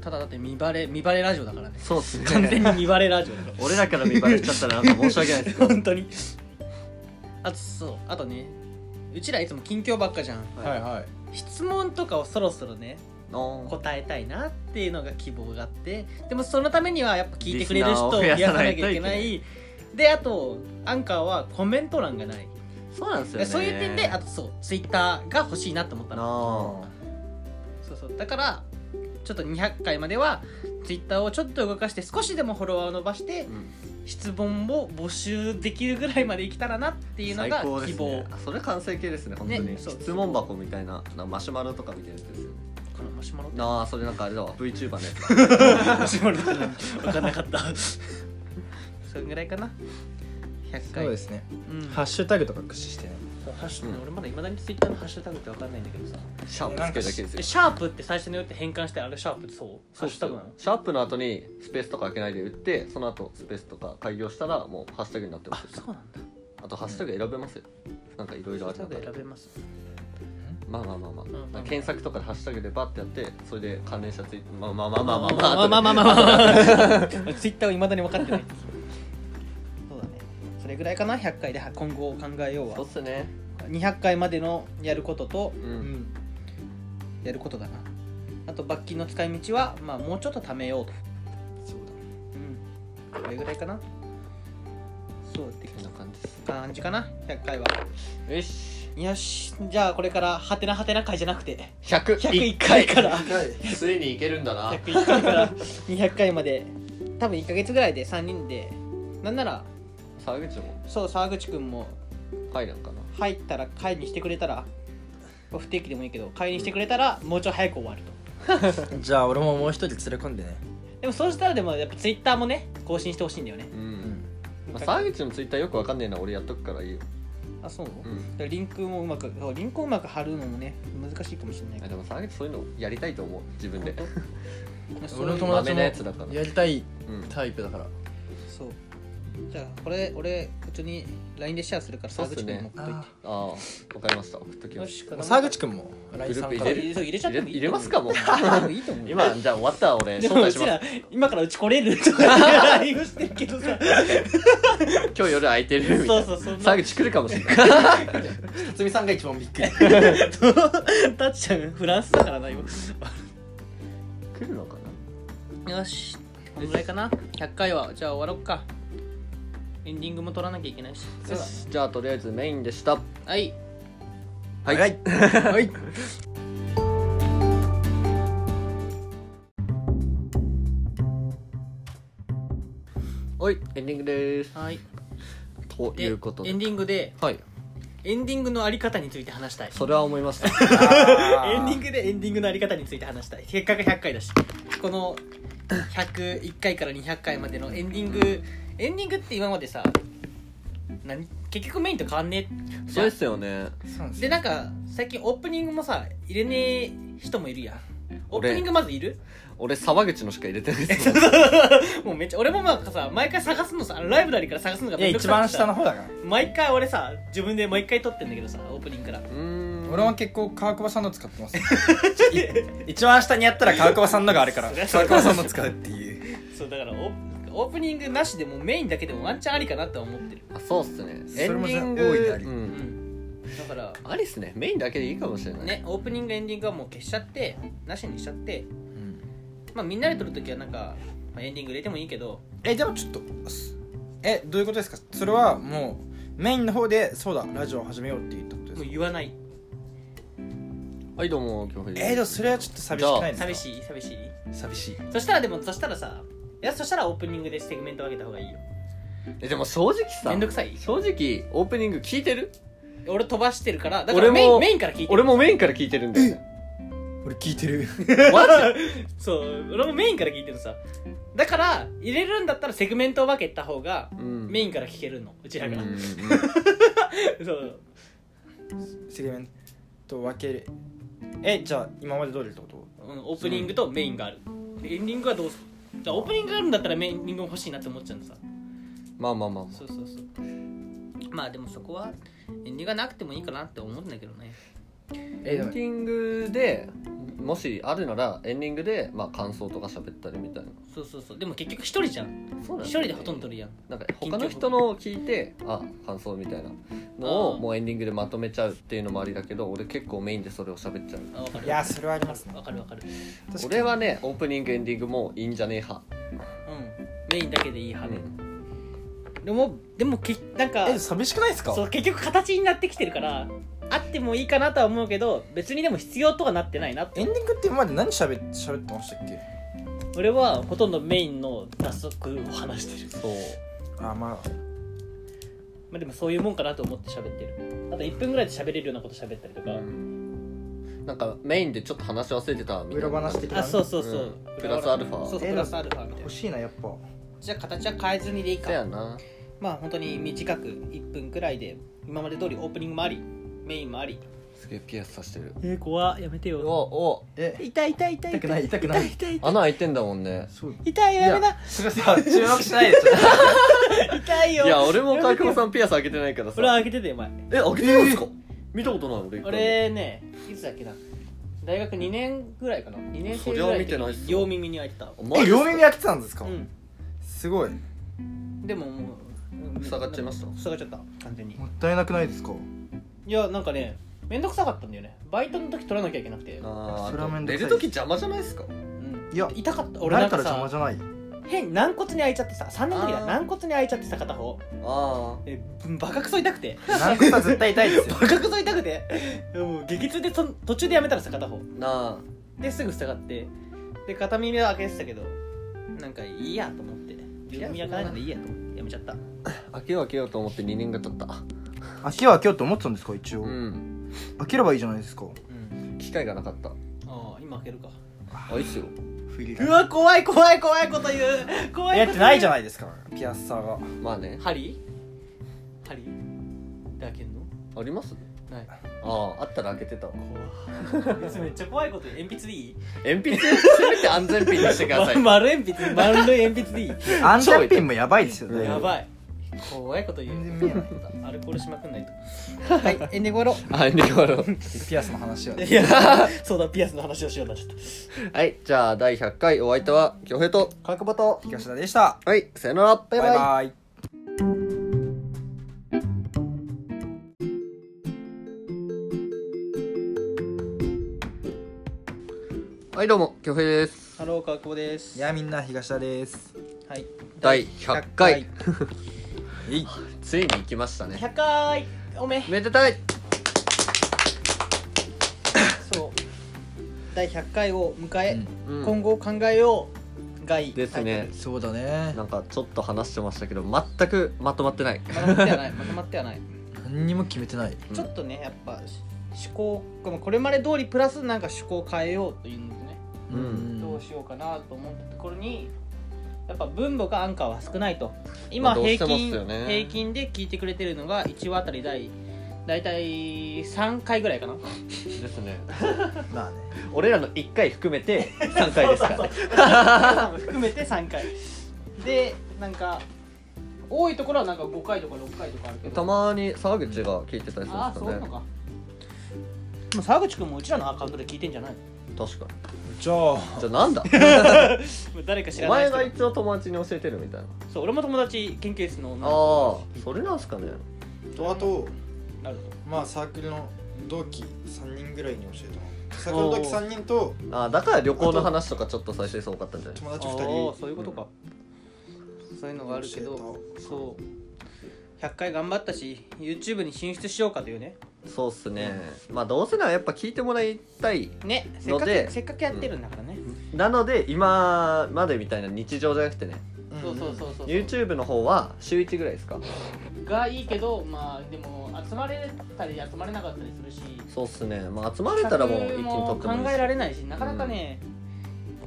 S1: ただだって見バレ見バレラジオだからね
S2: そうっすね
S1: 完全に見バレラジオだか
S2: 俺らから見バレしちゃったらなんか申し訳ない ですけ
S1: ら
S2: ど
S1: 本当にあとそうあとねうちらいつも近況ばっかじゃん
S3: はいはい
S1: 質問とかをそろそろね
S2: の
S1: 答えたいなっていうのが希望があってでもそのためにはやっぱ聞いてくれる
S2: リスナーを
S1: 人を
S2: 増
S1: 増
S2: や
S1: や
S2: さ
S1: さ
S2: な
S1: ないき
S2: と
S1: ゃ
S2: い
S1: い
S2: け
S1: け
S2: な
S1: ないいであとアンカーはコメント欄がない
S2: そうなんですよね
S1: そういう点であとそうツイッターが欲しいなと思ったの
S2: の
S1: そうそうだからちょっと200回まではツイッターをちょっと動かして少しでもフォロワーを伸ばして
S2: うん
S1: 質問を募集できるぐらいまでいけたらなっていうの
S2: 最
S1: が
S2: 高で
S1: 希
S2: す
S1: 望、
S2: ねあそれ完成形ですね本当に、
S1: ねそう
S2: 質問箱みたいななんかマシュマロとかみたいなやつですよね
S1: このマシュマロ
S2: ああそれなんかあれだわ VTuber のやつだ
S1: マシュマロって何分かんなかったそれぐらいかな100回
S3: そうですね
S1: うん
S3: ハッシュタグとか駆使してね
S1: ハッシュ
S2: うん
S1: 俺まだいまだにツイッターのハッシュタグって分かんないんだけどさ
S2: シャープつけるだけです
S1: え
S2: よ
S1: シャープって最初に打って変換してあれシャープってそうハ
S2: そ
S1: ッ
S2: う
S1: シュタグなの
S2: シャープの後にスペースとか開けないで打ってその後スペースとか開業したらもうハッシュタグになってま
S1: あ
S2: す
S1: そうなんだ
S2: あとハッシュタグ選べますよなんかいろいろ
S1: ハ
S2: あ
S1: ッシ
S2: る
S1: ュタ
S2: 中
S1: グ
S2: で
S1: 選べます
S2: まあまあまあまあ、
S1: んうん
S2: なんか検索とかでハッシュタグでバッてやってそれで関連者ついてまあまあまあまあまあ
S1: まあまあまあまあまあツイッターをいまだに分かってないそうだねそれぐらいかな100回で今後を考えよう
S2: そう
S1: は
S2: っすね
S1: 200回までのやることと
S2: う
S4: うんん
S1: やることだなあと罰金の使い道は、まあ、もうちょっと貯めようと
S4: そう
S1: うんこれぐらいかなそうでき
S2: こんな感じです
S1: 感じかな100回は
S2: よし
S1: よしじゃあこれからハテナハテナ回じゃなくて
S2: 101
S1: 101回から
S4: だはい
S2: ついにいけるんだな
S1: 101回 から200回まで多分1ヶ月ぐらいで3人でなんなら
S2: 沢口も
S1: そう沢口くんも
S2: 入るんかな
S1: 入ったら会にしてくれたら不定期でもいいけど会にしてくれたらもうちょい早く終わると
S3: じゃあ俺ももう一人連れ込んでね
S1: でもそうしたらでもやっぱツイッターもね更新してほしいんだよね
S2: う、
S3: うんん
S2: まあ、沢口のツイッターよくわかんねえな俺やっとくからいいよ、
S1: あそう、
S2: うん、
S1: だからリンクもうまくそうリンクをうまく貼るのもね難しいかもしれない
S2: あ
S1: け
S2: で
S1: ど
S2: も沢口そういうのやりたいと思う自分で
S1: まあそう
S3: 俺の友
S2: マ
S3: 達
S2: メ
S3: も
S2: なやつだから
S3: やりたい
S2: うん
S3: タイプだから
S1: そうじゃあこれ俺普通に LINE でシェアするから
S2: そう
S1: 沢
S2: っす
S1: 口
S2: ね
S1: 君にも送っといて
S3: あ
S2: ああわかりました送っとき
S1: よ
S2: ます
S1: し
S3: もう沢口くんも来参
S2: グ
S3: 加
S2: ループ入れる
S1: 入れそう入れちゃってもい
S2: 入
S1: い
S2: れ入れますかもう
S1: いいと思う
S2: 今じゃあ終わったら俺
S1: で
S2: 招
S1: もう
S2: 待し
S1: ち
S2: ます
S1: ら今からうち来れるとか LINE をしてるけ どさ
S2: 今日夜空いてるみた
S1: そ
S2: いう
S1: そうそ
S2: なん
S1: な
S2: 沢口来るかもしれない
S4: 辰巳さんが一番 びっくり
S1: タッちゃんフランスだからな今
S2: 来るのかな
S1: よしこのぐらいかな100回はじゃあ終わろっかエンディングも取らなきゃいけないし
S4: そうだ
S2: じゃあとりあえずメインでした
S1: はい
S2: はい、
S3: はい
S2: おいエンディングです
S1: はい
S2: と
S1: で
S2: いうこと
S1: エ
S2: で
S1: ンディングで
S2: はい
S1: エンディングのあり方について話したい
S2: それは思いました
S1: エンディングでエンディングのあり方について話したいせっかく100回だしこの101回から200回までのエンディングエンディングって今までさ何結局メインと変わんねえ
S2: そうですよね
S3: そうなんです
S1: で
S3: よ
S1: なんか最近オープニングもさ入れねえ人もいるやんオープニングまずいる
S2: 俺沢口のしか入れてないです
S1: もうめっちゃ俺もなんかさ毎回探すのさライブラリから探すのが
S3: いや
S1: めんどく
S3: 一
S1: さくて
S3: 番
S1: さ
S3: 下の方だから
S1: 毎回俺さ自分で毎回撮ってんだけどさオープニングから
S2: うーん
S3: 俺は結構川久保さんの使ってます い一番下にやったら川久保さんのがあるから
S1: そりゃ
S3: 川
S1: そ
S3: 久保さ
S1: うだ
S3: んの使うっていう
S1: そうだからオオープニングなしでもうメインだけでもワンチャンありかなとは思ってる
S2: あそうっすね
S3: それ
S2: エン
S3: も
S2: ディン
S3: 大いに
S2: グ
S3: あり
S2: うん
S1: だから
S2: ありっすねメインだけでいいかもしれない
S1: ねオープニングエンディングはもう消しちゃってなしにしちゃってまあみんなで撮るときはなんか、まあ、エンディング入れてもいいけど
S3: えでもちょっとすえどういうことですかそれはもうメインの方でそうだラジオを始めようって言ったことです
S1: もう
S3: か
S1: 言わない
S2: はいどうも今日
S3: えでもそれはちょっと寂しくないですか
S1: 寂しい寂しい
S3: 寂しい
S1: そしたらでもそしたらさいやそしたらオープニングでセグメント分けた方がいいよ
S2: えでも正直さ
S1: めんどくさい
S2: 正直オープニング聞いてる
S1: 俺飛ばしてるからだからメ
S2: 俺
S1: イ
S2: も
S1: ンメインから聞いてる
S2: 俺もメインから聞いてるんだよね
S3: 俺聞いて る
S2: マジ
S1: そう俺もメインから聞いてるさだから入れるんだったらセグメントを分けた方が
S2: うん
S1: メインから聞けるのうちらが、
S2: うんうん
S1: そう
S3: セグメント分けるえじゃあ今まで通りってこと
S1: うんオープニングとメインがある、エンディングはどうするじゃあオープニングがあるんだったらメインも欲しいなって思っちゃうのさ
S2: まあまあまあまあ
S1: そうそうそうまあでもそこはエンディングがなくてもいいかなって思うんだけどね
S3: え
S2: エ
S3: で
S2: ン
S3: も
S2: ディングでもしあるならエンディングで、まあ、感想とか喋ったりみたいな
S1: そうそうそうでも結局一人じゃん
S2: そう
S1: 一人でほとんど撮るやん
S2: なんか他の人のを聞いてあ感想みたいなの
S1: あ
S2: を
S1: ー
S2: もうエンディングでまとめちゃうっていうのもありだけど俺結構メインでそれを喋っちゃう
S1: あ分かる
S3: いやそれはありますね
S1: わかるわかる
S3: 確かに
S2: 俺はねオープニングエンディングもいいんじゃねえ派、
S1: うんメインだけでいい派ね、
S2: う
S1: でもでもけなんか
S3: え寂しくないですか
S1: そう結局形になってきてるからあってもいいかなとは思うけど別にでも必要とはなってないなって
S3: エンディングって今まで何しゃべしゃべってましたっけ
S1: 俺はほとんどメインの雑足を話してる、
S2: んそう
S3: あまあ
S1: まあ、でもそういうもんかなと思って喋ってるあと1分ぐらいで喋れるようなこと喋ったりとか、
S2: なんかメインでちょっと話し忘れてたみたいな
S3: 裏話的な
S1: あそうそうそう、
S2: うんプラスアルファ
S1: そうそう
S3: え
S1: プラスアルファみたい
S3: 欲
S1: な
S3: しいなやっぱ
S1: じゃあ形は変えずにでいい
S2: せや
S1: か
S2: な
S1: まあ本当に短く1分くらいで今まで通りオープニングもありメインもあり
S2: すげえピアスさしてる
S1: えー、怖っやめて
S2: おお
S3: え
S1: 痛い痛い痛い
S3: 痛くない痛くない
S1: 痛い痛い
S2: 穴開いてんだもんね
S3: そう
S1: 痛いやめな
S3: それさ注目し ないでちょっと
S1: 痛い
S2: い
S1: よ
S2: や俺も川久保さんピアス開けてないからさ
S1: 俺は開けててお前
S2: え開けてるんですか、見たことない俺一回も
S1: 俺ねいつだっけな大学2年ぐらいかな2年生ぐら
S2: そりゃ
S1: いの時
S2: 見てないっすよ
S1: に両耳に開いてた
S2: お前
S3: え両耳やってたんですか、
S1: うん
S3: すごい
S1: でももう
S2: 塞がっちゃいました
S1: 塞がっちゃった完全に
S3: もったいなくないですか
S1: いやなんかねめんどくさかったんだよねバイトの時取らなきゃいけなくて
S2: あ
S3: それは
S2: ー
S3: 面
S2: 出
S3: 倒くさ
S2: る
S3: い
S2: 時邪魔じゃないですか
S1: うん
S3: いや
S1: 痛かった俺
S3: 慣
S1: な
S3: れ
S1: ん
S3: た
S1: から
S3: 邪魔
S1: さ
S3: じゃない
S1: 変軟骨に開いちゃってさ3年の時
S2: あ
S1: だ
S2: ー
S1: 軟骨に開いちゃってさ片方
S2: あ
S1: えバカクソ痛くて
S3: 軟骨は絶対痛いですよ
S1: バカクソ痛くてもう激痛でそ途中でやめたらさ片方
S2: あなあ
S1: ですぐ塞がってで片耳は開けてたけどなんかいいやと思って両耳開かないのでいいやと思ってやめちゃった
S2: 開けよう開けようと思って2年が経った
S3: 開けは開けようと思ってたんですか一応、
S2: うん
S3: 開ければいいじゃないですか
S1: うん
S2: 機会がなかった
S1: ああ今開けるか
S2: あいいっすよ
S3: フリー
S1: うわ怖い怖い怖いこと言う怖い
S3: やってないじゃ
S1: ん
S3: ないですかピアスさんが
S2: まあね
S1: 針針で開けんの
S2: あります
S1: ない
S2: あああったら開けてたわ
S1: 怖いめっちゃ怖いこと言う鉛筆でいい
S2: 鉛筆せめて安全ピンにしてください
S1: 丸鉛筆丸い鉛筆でいい
S3: 安全ピン もやばいですよね
S1: やばい怖いこと言
S3: 全
S1: う
S3: 然見えない
S1: アルコールしまくんないとはいエンディング終わろう
S2: はいで終わろう
S3: ピアスの話はい
S1: やそうだピアスの話をしようとしちゃった
S2: はいじゃあ第100回お相手は恭平と
S3: 川久保と東田でした
S2: はいさよなら
S3: バイ
S2: バイバイ
S3: バイ
S2: はいどうも恭平です
S1: ハロー川久保です
S3: いやみんな東田です
S1: はい
S2: 第100回
S3: えい
S2: ついに行きましたね
S1: 100回おめ
S2: めでたい
S1: そう第100回を迎え、
S2: うん
S1: 今後を考えようがいい
S2: ですね
S3: そうだね
S2: なんかちょっと話してましたけど全くまとまってない
S1: まとまって はないまとまってはない、
S3: 何にも決めてない
S1: ちょっとねやっぱし思考このこれまで通りプラスなんか思考を変えようというのでね、
S2: うん
S1: どうしようかなと思ったところにやっぱ分母がアンカーは少ないと今
S2: まあどうし
S1: 平
S2: てもっす
S1: 均、
S2: よね
S1: 平均で聞いてくれてるのが1話あたり第大体3回ぐらいかな
S2: ですね
S3: まあね
S2: 俺らの1回含めて3回ですからね
S1: 含めて3回でなんか多いところはなんか5回とか6回とかあるけ ど
S2: たまに沢口が聞いてたりする
S1: あ
S2: ん
S1: あ
S2: です
S1: そう
S2: か
S1: いう
S2: ね
S1: のかもう沢口くんもうちらのアカウントで聞いてんじゃない
S2: 確か
S3: じゃあ
S2: にじゃあなんだ
S1: 誰か知
S2: お
S1: らな
S2: 前
S1: い人
S2: が一応友達に教えてるみたいな
S1: そう俺も友達研究室の女
S2: あ
S1: の
S2: あそれなんすかね
S4: とあと
S1: 子になると
S4: まあサークルの同期3人ぐらいに教えたのサークルの同期3人と
S2: ああだから旅行の話とかちょっと最初に多かったんじゃない
S4: 友達2
S1: あ
S4: 人
S1: あそういうことか、そういうのがあるけど
S4: 教
S1: そう100回頑張ったし YouTube に進出しようかというね
S2: そうっすねまあどうせならやっぱ聞いてもらいたい
S1: ねせっか
S2: ので
S1: くせっかくやってるんだからね、
S2: なので今までみたいな日常じゃなくてね
S4: えた
S1: そうそうそうそう
S2: YouTube の方は週1ぐらいですか
S1: がいいけどまあでも集まれたり集まれなかったりするし
S2: そうっすねまあ集まれたらもう一気に撮って
S1: 考
S2: もいい
S1: え
S2: し
S1: られないしなかなかね、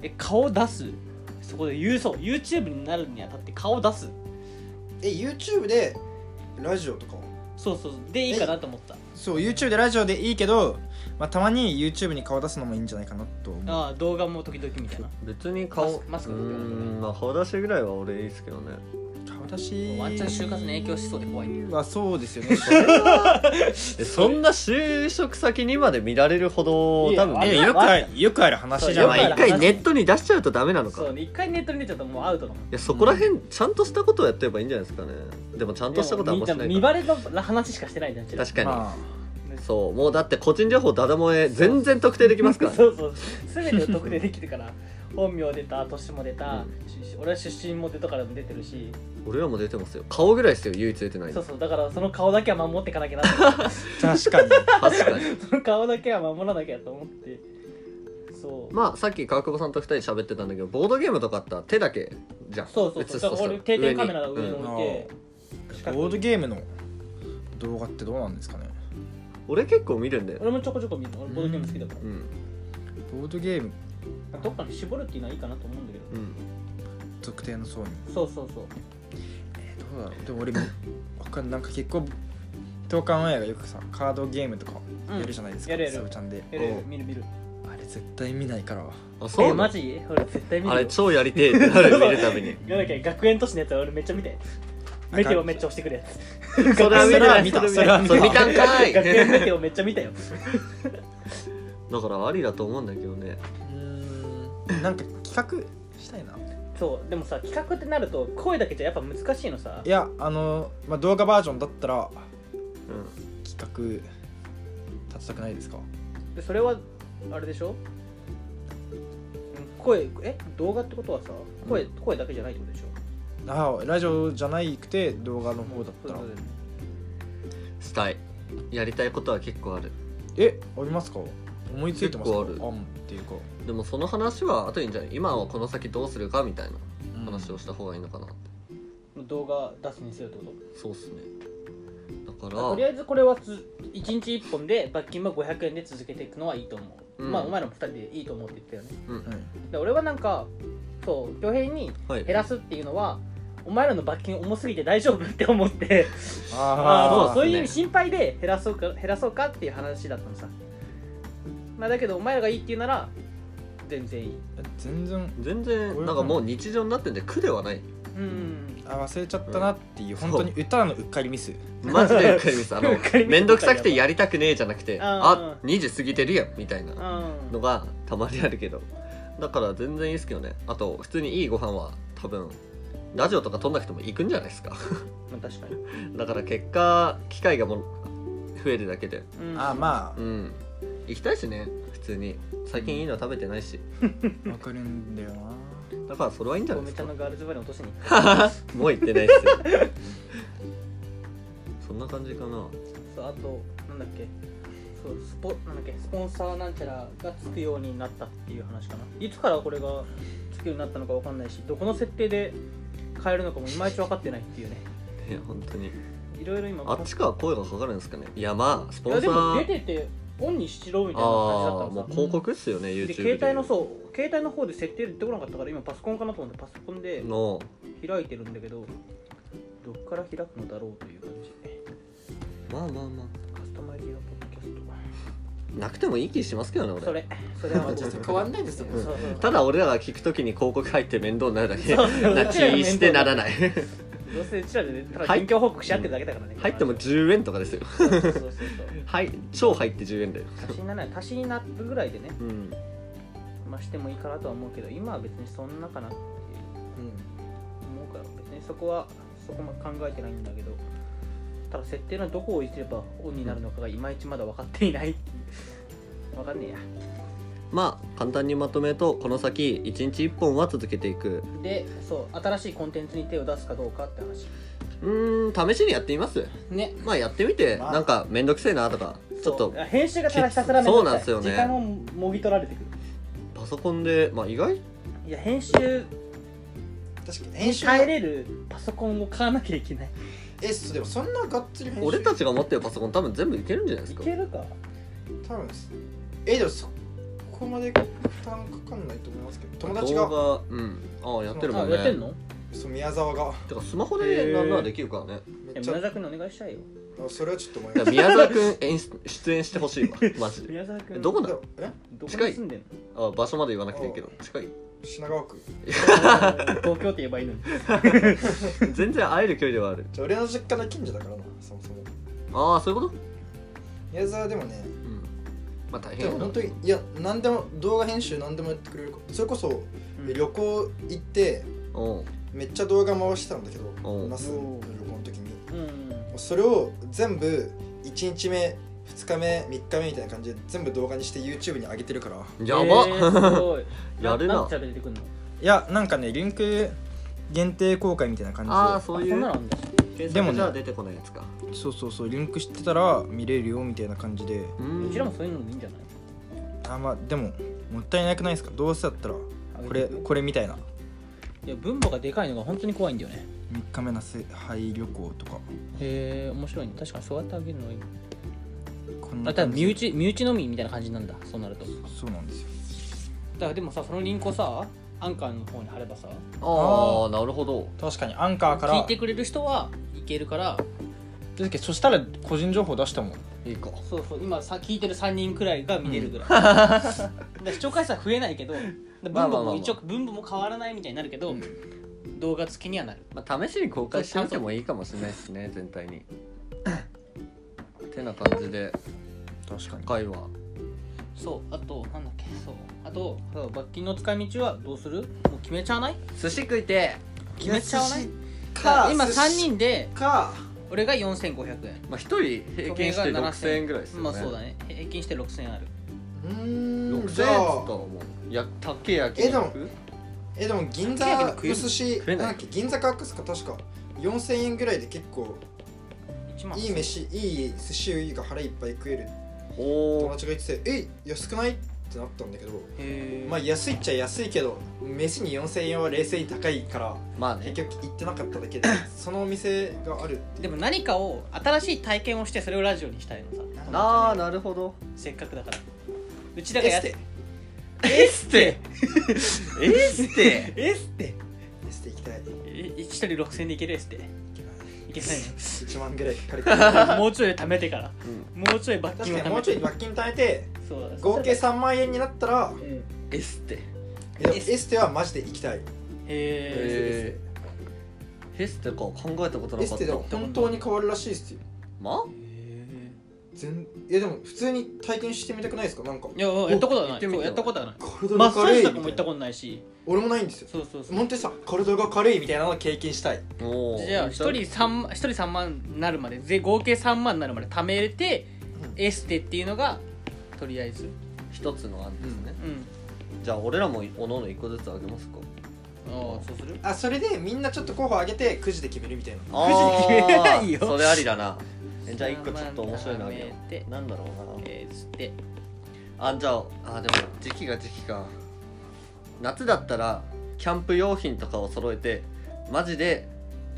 S1: え顔出すそこで言うそう YouTube になるにあたって顔出す
S4: え YouTube でラジオとかは
S1: そうそうそうでいいかなと思った
S3: そう YouTube でラジオでいいけど、まあ、たまに YouTube に顔出すのもいいんじゃないかなと思う
S1: ああ動画も時々みたいな
S2: 別に顔
S1: マスマスクとか
S2: うーんまあ顔出しぐらいは俺いいっすけどね
S3: 顔私
S5: ワンチャン就活に影響しそうで怖い
S3: はそうです よね
S2: えそんな就職先にまで見られるほど
S1: いや
S2: 多分
S1: あ
S3: い
S1: れ
S2: ね
S3: やよくあるよくある話じゃ
S1: よく
S2: ま
S1: あ
S2: あ
S3: な
S1: る
S3: い
S2: 一回ネットに出しちゃうとダメなのか
S1: そう一回ネットに出ちゃったらもうアウトだもん
S2: いやそこら辺ちゃんとしたことをやってればいいんじゃないですかねでもちゃんとしたことはあんまし
S1: でも
S2: ない
S1: 見
S2: か
S1: バレの話しかしてないじゃんうちら
S2: ら確かに、
S3: ま
S2: そうもうだって個人情報ダダ漏れ全然特定できますからね
S1: そうそう全てを特定でき てから本名出た年も出た、し俺は出身も出たからも出てるし
S2: 俺らも出てますよ顔ぐらいですよ唯一出てない
S1: そ
S2: の
S1: うそうだからその顔だけは守っていかなきゃなと思って
S3: あ確かに
S2: 確かに
S1: その顔だけは守らなきゃと思ってそう、
S2: まあさっき川久保さんと二人喋ってたんだけどボードゲームとかあったら手だけじゃん
S1: そうそう
S2: 映すと
S1: そうだから俺
S2: した
S1: 定点カメラが上に
S2: に
S1: 置
S2: うん
S1: いて、近くに
S3: ボードゲームの動画ってどうなんですかね
S2: 俺結構見るんだよ、
S1: 俺もちょこちょこ見るの俺ボードゲーム好きだか
S2: うん
S3: ボードゲーム
S1: らどっかに絞るっていうのはいいかなと思うんだけど
S2: うん、
S3: 特定の層に
S1: そうそうそう
S3: えどうだろうでも俺も他なんか結構東韓オンエアがよくさカードゲームとか
S1: うん
S3: やるじゃないですか、
S1: やるやる
S3: サブちゃんで
S1: えらい見る見る
S3: あれ絶対見ないから
S2: あそう
S1: え
S2: なの
S1: マジ俺絶対見るよ
S2: あれ超やりてえってなる見るために
S1: なんだっけ学園都市のやつは俺めっちゃ見たやつメテオめっちゃ押してくるやつ
S2: それは見ない
S3: それは見た
S2: それは見
S3: そ
S2: た
S3: れは
S2: 見
S3: 見
S2: た
S3: た
S2: んかい
S1: 学園メ
S2: だ
S1: テオめっちゃ見たよ
S2: からありだと思うんだけどね
S3: うんなんか企画したいな
S1: そうでもさ企画ってなると声だけじゃやっぱ難しいのさ
S3: いやあの、まあ、動画バージョンだったら
S2: うん
S3: 企画立ちたくないですか
S1: でそれはあれでしょうん声え動画ってことはさ声,、声だけじゃないってことでしょ
S3: ああラジオじゃないくて動画の方だっ
S1: そう
S3: たら
S1: いうことだよね
S2: したいやりたいことは結構ある
S3: えありますか思いついてますか
S2: 結構あ
S3: 案っていうか
S2: でもその話は後でいいんじゃない今はこの先どうするかみたいな
S3: うん
S2: 話をした方がいいのかなって、
S1: 動画出すにせよってこと
S2: そうっすねだか
S1: とり
S2: ら
S1: あえずこれはつ1日1本で罰金は500円で続けていくのはいいと思う、
S2: うん
S1: まあお前らも2人でいいと思うって言ったよね
S3: うん
S1: で俺はなんかそう恭平に
S2: はい
S1: 減らすっていうのはお前らの罰金重すぎて大丈夫って思って
S3: あ
S1: あ
S3: あ
S1: そう
S2: っすね
S1: いう意味心配で減らそうか減らそうかっていう話だったのさ、まあ、だけどお前らがいいって言うなら全然いい
S3: 全然
S2: 全然なんかもう日常になってんで苦ではない
S1: うん
S3: あ忘れちゃったなっていう、
S2: ん
S3: 本当に歌のうっかりミス
S2: マジ でうっかりミスあ
S1: う
S2: の
S1: っかりミス
S2: 面倒くさくてやりたくねえじゃなくて
S1: ん
S2: あ2時過ぎてるやんみたいな
S1: う
S2: の
S1: ん
S2: がたまにあるけどだから全然いいですけどねあと普通にいいご飯は多分ラジオとか撮んなくても行くんじゃないですか
S1: まあ確かに、
S2: だから結果機会がもう増えるだけで
S1: うん、
S3: ああま
S2: うん行きたいしね普通に最近いいの食べてないし
S3: あわかるんだよな
S2: だからそれはいいんじゃない
S1: め
S2: です
S1: ちゃ
S2: か
S1: んのガールズバレー落としに行く
S2: もう行ってないっすよ そんな感じかな
S1: そうあとなんだっけそうスポなんだっけスポンサーなんちゃらがつくようになったっていう話かないつからこれがつくようになったのかわかんないしどこの設定で変えるのかもいまいち分かってないっていうね
S2: いや本当に
S1: いろいろ今
S2: あっちから声がかかるんですかねいやまあス
S1: い
S2: ポ
S1: や
S2: ンサ
S1: でも出
S2: ー
S1: ててオンにしろみたいな感じだ
S2: ああ
S1: った
S2: も
S1: の
S2: う
S1: さ
S2: 広告っすよね
S1: で
S2: YouTube
S1: 携帯のそう携帯の方で設定出てこなかったから今パソコンかなと思ってパソコンで
S2: の
S1: 開いてるんだけどどっから開くのだろうという感じ
S2: まあまあま
S1: カスタマイズ用ポッドキャス
S2: あなくてもいい気しますけどね
S1: ト
S2: 俺
S1: それそれは
S5: 全然変わんないですもん
S1: そうそう
S2: た だ俺らが聞くときに広告入って面倒になるだけ
S1: そう そう
S2: な気してならない
S1: どうせうちらでねただ近況報告し合ってるだけだからね
S2: 入っても10円とかですよ
S1: そうそうそうそう
S2: はい超入って10円だよ
S1: 足しにならない足しになるぐらいでね
S2: うん
S1: まあしてもいいかなとは思うけど今は別にそんなかなっていう思うから別にそこはそこまで考えてないんだけどただ設定のどこをいじればオンになるのかがいまいちまだ分かっていない 分かんねえや
S2: まあ簡単にまとめるとこの先1日1本は続けていく
S1: でそう新しいコンテンツに手を出すかどうかって話
S2: うーん試しにやってみます
S5: ね
S2: まあやってみて
S3: まあ
S2: なんか面倒くせえなとかちょっ
S1: そ
S2: と
S1: う編集がただひたすら
S2: そう
S1: めどくさい
S2: そうなんすよね
S1: 時間をもぎ取られてくる
S2: パソコンでまあ意外
S1: いや編集
S4: 確かに
S1: に
S4: 編集
S1: 耐えれるパソコンを買わなきゃいけない
S4: えそうでもそんながっつり編集
S2: 俺たちが持ってるパソコン多分全部いけるんじゃないで
S1: い
S2: すか
S1: けるか
S4: 多分ですえでもそこまで負担かかんないと思いますけど友達が
S2: 動画うんああやってる
S1: あ
S2: もんね
S1: やってんの
S4: そう宮沢が
S2: てかスマホでなんならできる からね
S4: め
S1: え
S4: っちゃ
S1: 宮沢君にお願いしたいよ
S4: あそれはちょっと思い
S2: い
S4: ま
S2: や
S4: す
S2: 宮沢くん演出出演して ほしいわマジで
S1: 宮沢君
S2: どこな
S4: でもえ
S1: どこに
S2: 近い
S1: 住んでんの
S2: あ場所まで言わなくていいけど近い
S4: 品川区
S1: 東京って 言えばいいのに
S2: 全然会える距離ではある
S4: じゃあ俺の実家の近所だからなそもそも
S2: ああそういうこと
S4: 宮沢でもね
S2: うんまあ大
S4: で
S2: 変
S4: も
S2: だ
S4: 本当にいや何でも動画編集何でもやってくれるそれこそ、
S1: うん
S4: 旅行行って
S2: おう
S4: めっちゃ動画回してたんだけど
S2: おう
S4: 那須
S1: お
S4: の
S1: う
S4: 旅行の時に
S1: うん
S4: それを全部1日目2日目3日目みたいな感じで全部動画にして YouTube に上げてるから
S2: やば、
S1: えーすご い
S2: やるな
S1: なんて喋出てくんの
S3: いやなんかねリンク限定公開みたいな感じで
S2: ああそう
S1: あ
S2: い
S1: そん
S2: う
S1: なのあんだ
S2: 検索
S3: でもね
S2: じゃ出てこないやつか
S3: そうそうそうリンク知ってたら見れるよみたいな感じで
S2: う
S1: うんちらもそういうのでいいんじゃない
S3: あまあでももったいなくないですかどうせだったらこれこれみたいない
S1: や分母がでかいのが本当に怖いんだよね
S3: 3日目のせ廃旅行とか
S1: へえ面白いね確かにそうやってあげるのがいい
S3: こん
S1: あただ
S3: 感じ
S1: 身内身内のみみたいな感じなんだそうなるとだか
S3: そうなんですよ
S1: らでもさそのリンクをさアンカーの方に貼ればさ
S2: ああなるほど
S3: 確かにアンカーから
S1: 聞いてくれる人はいけるから
S3: だけどそしたら個人情報出したもん
S2: いいか
S1: そうそう今さ聞いてる3人くらいが見れるぐ らい、だから視聴回数は増えな いけど分
S2: まあまあまあ
S1: 母
S2: まあ
S1: も一応分母も変わらないみたいになるけど、動画付きにはなる
S2: まあ、試しに公開してみてもいいかもしれないですね全体 にてな感じで
S3: 確かに
S2: 会話
S1: そうあとなんだっけそうあとそう罰金の使い道はどうするもう決めちゃわない
S2: 寿司食いて
S1: 決めちゃわない
S4: いや
S1: だから今
S4: 寿司
S1: 3人で
S4: か
S1: 俺が4500円
S2: まあ、1人平均して
S1: 時計が
S2: 6000円ぐらいですよね
S1: まあそうだね平均して6000円ある
S4: うーん
S2: 6000
S4: じ
S2: 円
S4: ゃ
S2: っつ
S4: あ
S2: ったらもうやたけ焼き
S4: えでも
S2: 肉
S4: えでも銀座
S1: かき揚げの食え
S4: の
S1: る
S4: 寿司
S2: 食えない
S4: なんだっけ銀座カックスか確か4000円ぐらいで結構
S1: 1万
S4: いい飯いい寿司が腹いっぱい食える
S2: お
S4: 友
S2: お
S4: 達が言っててえ安くないってなったんだけど
S1: へえ
S4: まあ安いっちゃ安いけど飯に4000円は冷静に高いから
S2: まあね
S4: 結局行ってなかった だけでそのお店があるって
S1: でも何かを新しい体験をしてそれをラジオにしたいのさ
S2: ああなるほど
S1: せっかくだからうちだか
S4: エ
S1: らや
S4: ス
S1: って
S4: テ
S2: エステエステ
S1: エステ
S4: エステ行きたい
S1: え一人6000円でいけるエステいけない
S4: 1万ぐらい借り てだ
S1: のもうちょい貯めてからもうちょい罰
S4: っ
S1: 金を
S4: て
S1: 貯
S4: もう
S1: め
S4: ちょ
S1: て
S4: い罰金貯めて
S1: そうだ
S4: 合計
S1: そう
S4: 3万円になったら
S1: だうん
S2: エステ
S4: いや
S1: エ
S4: エ
S1: ステ
S4: ステはマジで行きたい
S1: へ
S2: え
S1: え
S2: ーエステか考えたことな
S4: エ
S2: か
S4: ス
S2: っ
S4: テで
S2: た
S4: も本当に変わるらしいですよ
S2: ま
S4: 全いやでも普通に体験してみたくないですかなんか
S1: いややったことは
S2: 行
S1: な
S2: っ
S1: い
S2: てみて
S1: そうやったことはない
S4: 体
S1: マ
S4: が
S1: ッサー
S4: 軽
S1: ジ
S4: い
S1: とかも行
S4: み
S1: ったた
S4: いな
S1: ことないし
S4: 俺もないんですよ
S1: そうそうそう
S4: 本当にさ体が軽いみたいなのを経験したい
S2: あおお
S1: じゃあ1人3一人3万になるまでぜ合計3万になるまで貯めて、
S4: うん
S1: エステっていうのがとりあえず
S2: 一つの案ですね、
S1: うん
S2: じゃあ俺らもおのおの1個ずつあげます か
S1: ああそうする
S4: あそれでみんなちょっと候補上げてくじで決めるみたいな
S2: あー
S1: くじで決めないよ
S2: それありだなえじゃあ1個ちょっと面白いのあげよ
S1: 3万貯めて
S2: うなんだろうな
S1: エステ
S2: あじゃああでも時期が時期か夏だったらキャンプ用品とかを揃えてマジで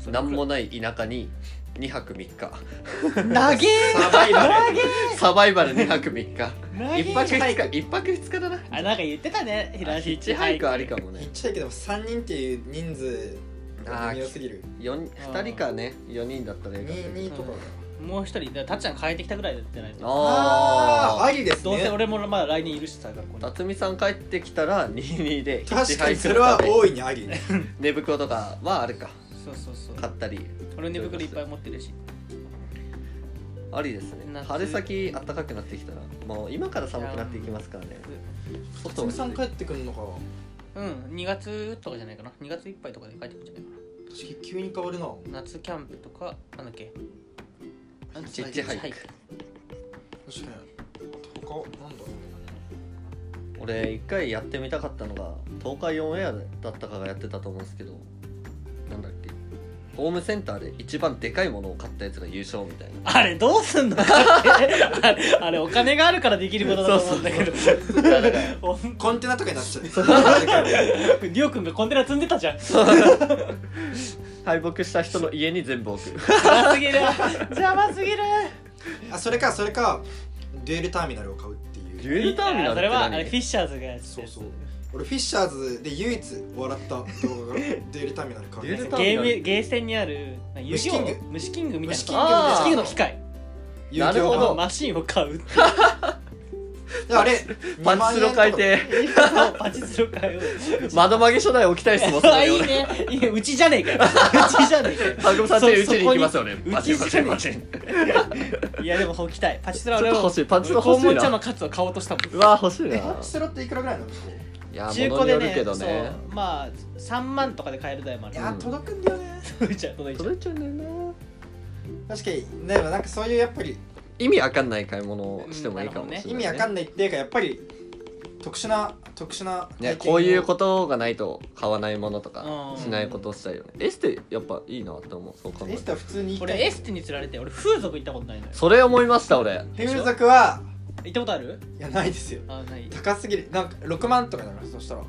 S2: 何もない田舎に2泊3日
S1: 投げ
S2: サバイバルサバイバル2泊3日1泊2日一泊2日だな
S1: あなんか言ってたね平
S2: あ
S1: 井
S2: ヒッチハイクありかも
S4: 言
S2: ね
S4: っちゃいけど3人っていう人数が微妙すぎる
S2: 四2人かね4人だったらいいかも
S4: 2とかが
S1: もう一人だからたっちゃん帰ってきたぐらいじゃないと
S4: ああ
S2: あ
S4: りですね
S1: どうせ俺もまだ来年いるしさ学校
S2: あ
S1: に
S2: 辰巳さん帰ってきたら22でヒッチ
S4: 確
S2: ハ
S4: か
S2: イ
S4: に
S2: ク
S4: それは
S2: とかね
S4: 大いにあり
S2: 寝袋とかはあるか
S1: そうそうそ
S2: 買
S1: う
S2: ったり
S1: 俺寝袋いっぱい持ってるし
S2: ありですね
S1: 夏
S2: 春先暖かくなってきたらもう今から寒くなっていきますからね外
S4: 辰巳さん帰ってくるのか
S1: うん2月とかじゃないかな2月いっぱいとかで帰ってくるんじゃないか
S4: 確かに急に変わるな
S1: な夏キャンプとかなんだっけなんだっけ
S2: ヒッチハイク
S1: ヒッチ
S4: 確かに他なんだろ
S2: 俺一回やってみたかったのが東海オンエアだったかがやってたと思うんですけどなんだっけホームセンターで一番でかいものを買ったやつが優勝みたい
S1: あれどうすんのかってあれあれお金があるからできることだと思うんだけど
S2: なだ から
S1: お
S4: うコンテナとかになっちゃう
S1: リオ君がコンテナ積んでたじゃん
S2: 敗北した人の家に全部置く
S1: 邪魔すぎる邪魔すぎる
S4: あそれかそれかデュエルターミナルを買うって
S2: デ
S4: いう
S2: ュエルターミナルっ
S1: そ
S2: て
S1: れはあ
S2: 何
S1: れフィッシャーズがやってた
S4: そう
S1: やつ
S4: そう俺フィッシャーズで唯一笑った 動画がデュエルターミナル買う
S2: デュエルターミナル
S1: ゲームゲーセンにあるなんか遊戯王
S4: 虫キン
S1: の虫キングみたいな
S4: 虫キン
S2: グみたいな
S1: 虫キングの機械
S4: 有料版
S2: なるほど
S1: マシンを買うって
S4: やあれ
S2: パチスロ書いて
S1: パチスロかよ
S2: 窓曲げ初代置きたいっすもんそ
S1: あ
S2: れ
S1: いい
S2: 俺
S1: ねいいねうちじゃね えかようちじゃねえかよ
S2: 川久保さんってうちに行きますよね
S1: そそこに
S2: パチンパチンパチン
S1: いやでもほきたいパチスロ
S2: ちょっと欲しいパチスロ
S1: 肛
S2: 欲しい
S1: 門茶
S2: な
S1: のカツを買おうとしたもん
S2: うわ欲しいな
S4: パチスロっていくらぐらいなの
S2: いや
S1: 中
S2: 物
S1: 古
S2: によ
S1: で
S2: る
S1: ね
S2: けどね
S1: そうまあ3万とかで買える台もあ
S4: い
S1: る
S4: や届くんだよね
S1: 届いちゃう届いちゃう
S2: 届いちゃうんだよな
S4: 確かにでもなんかそういうやっぱり
S2: 意味わかんない買い物をしてもいいかもしれない、ね
S4: 意味わかんないっていうかやっぱり特殊な特殊な体験を
S2: ね、こういうことがないと買わないものとか
S1: うん
S2: しないことをしたいよねエステやっぱいいなって思うそう考え
S4: エ
S2: る
S4: ステは普通に行きたい
S1: 俺エステに釣られて俺風俗行ったことないのよ
S2: それ思いました俺
S4: 風俗は
S1: 行ったことある
S4: いやないですよ
S1: あない
S4: 高すぎるなんか6万とかだからそしたらこ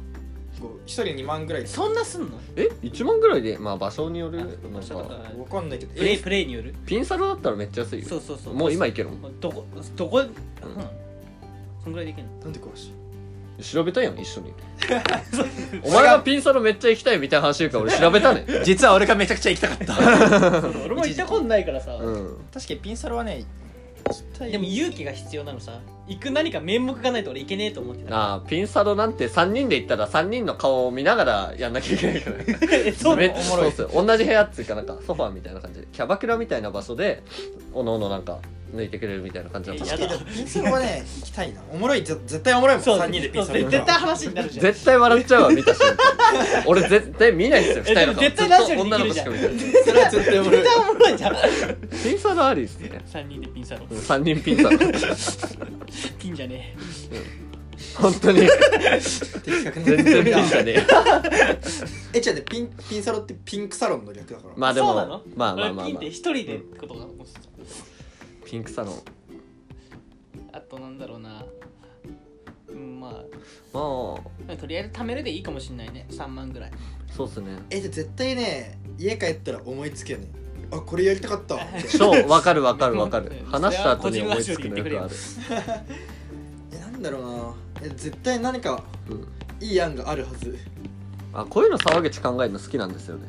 S4: う一人2万ぐらい
S1: そんなすんの
S2: え1万ぐらいでまあ場所による
S1: あ
S2: の
S1: そうか
S2: か
S4: わかんないけど
S1: プレイ
S4: え
S1: プレイによる
S2: ピンサロだったらめっちゃ安いよ
S1: そうそうそう
S2: もう今いけるもん
S1: どこどこ、うん、そんぐらいできるの
S4: なんで詳しい
S2: 調べたやん一緒にお前がピンサロめっちゃ行きたいみたいな話言うから俺調べたね
S3: 実は俺がめちゃくちゃ行きたか った
S1: そう俺も行ったことないからさ、
S2: うん
S4: 確かにピンサロはね
S1: でも勇気が必要なのさ行く何か面目がないと俺行けねえと思ってた
S2: ああピンサロなんて3人で行ったら3人の顔を見ながらやんなきゃいけないから
S1: え そう
S2: め
S1: な
S2: っ
S1: の
S2: ちゃそうっすよ同じ部屋っつうかなんかソファーみたいな感じでキャバクラみたいな場所でおのおのなんか抜いてくれるみたいな感じだった
S1: いや
S4: 確かにピンサロはね行きたいなおもろいぜ絶対おもろいもん
S1: そう
S4: 3人でピンサロ
S1: そう絶対話になるじゃん
S2: 絶対笑っちゃうわ見た瞬間俺絶対見ないっすよ
S1: え
S2: 二人の顔
S1: でも絶対ラジオ
S2: ずっ
S1: に
S2: と女
S1: で
S2: の
S1: きる
S2: 子
S1: じ
S2: しか見てな
S1: ゃん
S2: い
S4: それは絶対おもろい
S1: 絶対おもろ いじゃん
S2: ピンサロありっすね
S1: 3人でピンサロ
S2: 3人ピンサロ
S1: ピンじゃね
S2: 本当 に
S4: 的確ね
S2: 全然ピンじゃねえ
S4: え違うねピンピンサロってピンクサロンの略だから
S2: まあでも
S1: そうなの
S2: ま
S1: え
S2: あまあまあ、
S1: 俺ピン
S2: ま
S1: で
S2: あ
S1: 一、人でってことだもう
S2: ピンクサロン
S1: あとなんだろうなうんま
S2: まあ
S1: あとりあえず貯めるでいいかもしんないね3万ぐらい
S2: そうっすね
S4: えじゃあ絶対ね家帰ったら思いつけよねあこれやりたかったって
S2: そうわかるわかるわか
S1: う
S2: る
S1: ん
S2: 話した後に思いつくのよくある
S4: えなんだろうなえ絶対何か
S2: うん
S4: いい案があるはず
S2: あこういうの沢口考えるの好きなんですよね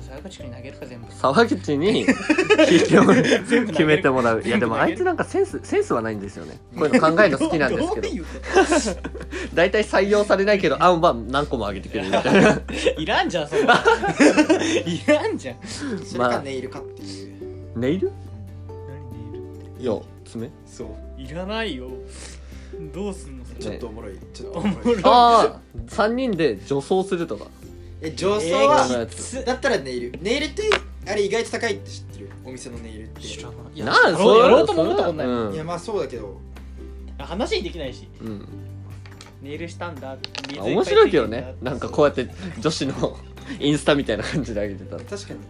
S1: 沢口君に投げるか全部
S2: 沢口 に聞いてもらう
S1: 全部投げる
S2: 決めてもらういや
S1: 全部
S2: でも
S1: 投げる
S2: あいつなんかセンスセンスはないんですよねこういうの考えるの好きなんですけど
S1: どういうこ
S2: 大体採用されないけど案は何個も上げてくれるみたい な
S1: といらんじゃんそ んないらんじゃん
S4: それ
S2: まあ
S4: かネイルかっていう
S2: ネイル
S1: 何でいる
S2: いや爪
S4: そう
S1: いらないよどうすんの
S4: ちょっとおもろい、ちょっと
S1: おもろい
S2: ああ3人で女装するとか
S4: え上層
S2: えー
S4: は、
S2: き
S1: つ
S4: だったらネイルネイルってあれ意外と高いって知ってるお店のネイルってい
S1: いや
S2: なん
S1: や
S2: そ
S1: ろう
S2: れ
S1: やろうとも思ったことない
S2: うん
S4: やまあそうだけど
S1: 話にできないし
S2: うん
S1: ネイルしたんだ水いっぱ
S2: 面白いけど
S1: つて
S2: ね
S1: んだ
S2: なんかこうやって女子の インスタみたいな感じで上げてた、う
S4: 確かに
S2: ん、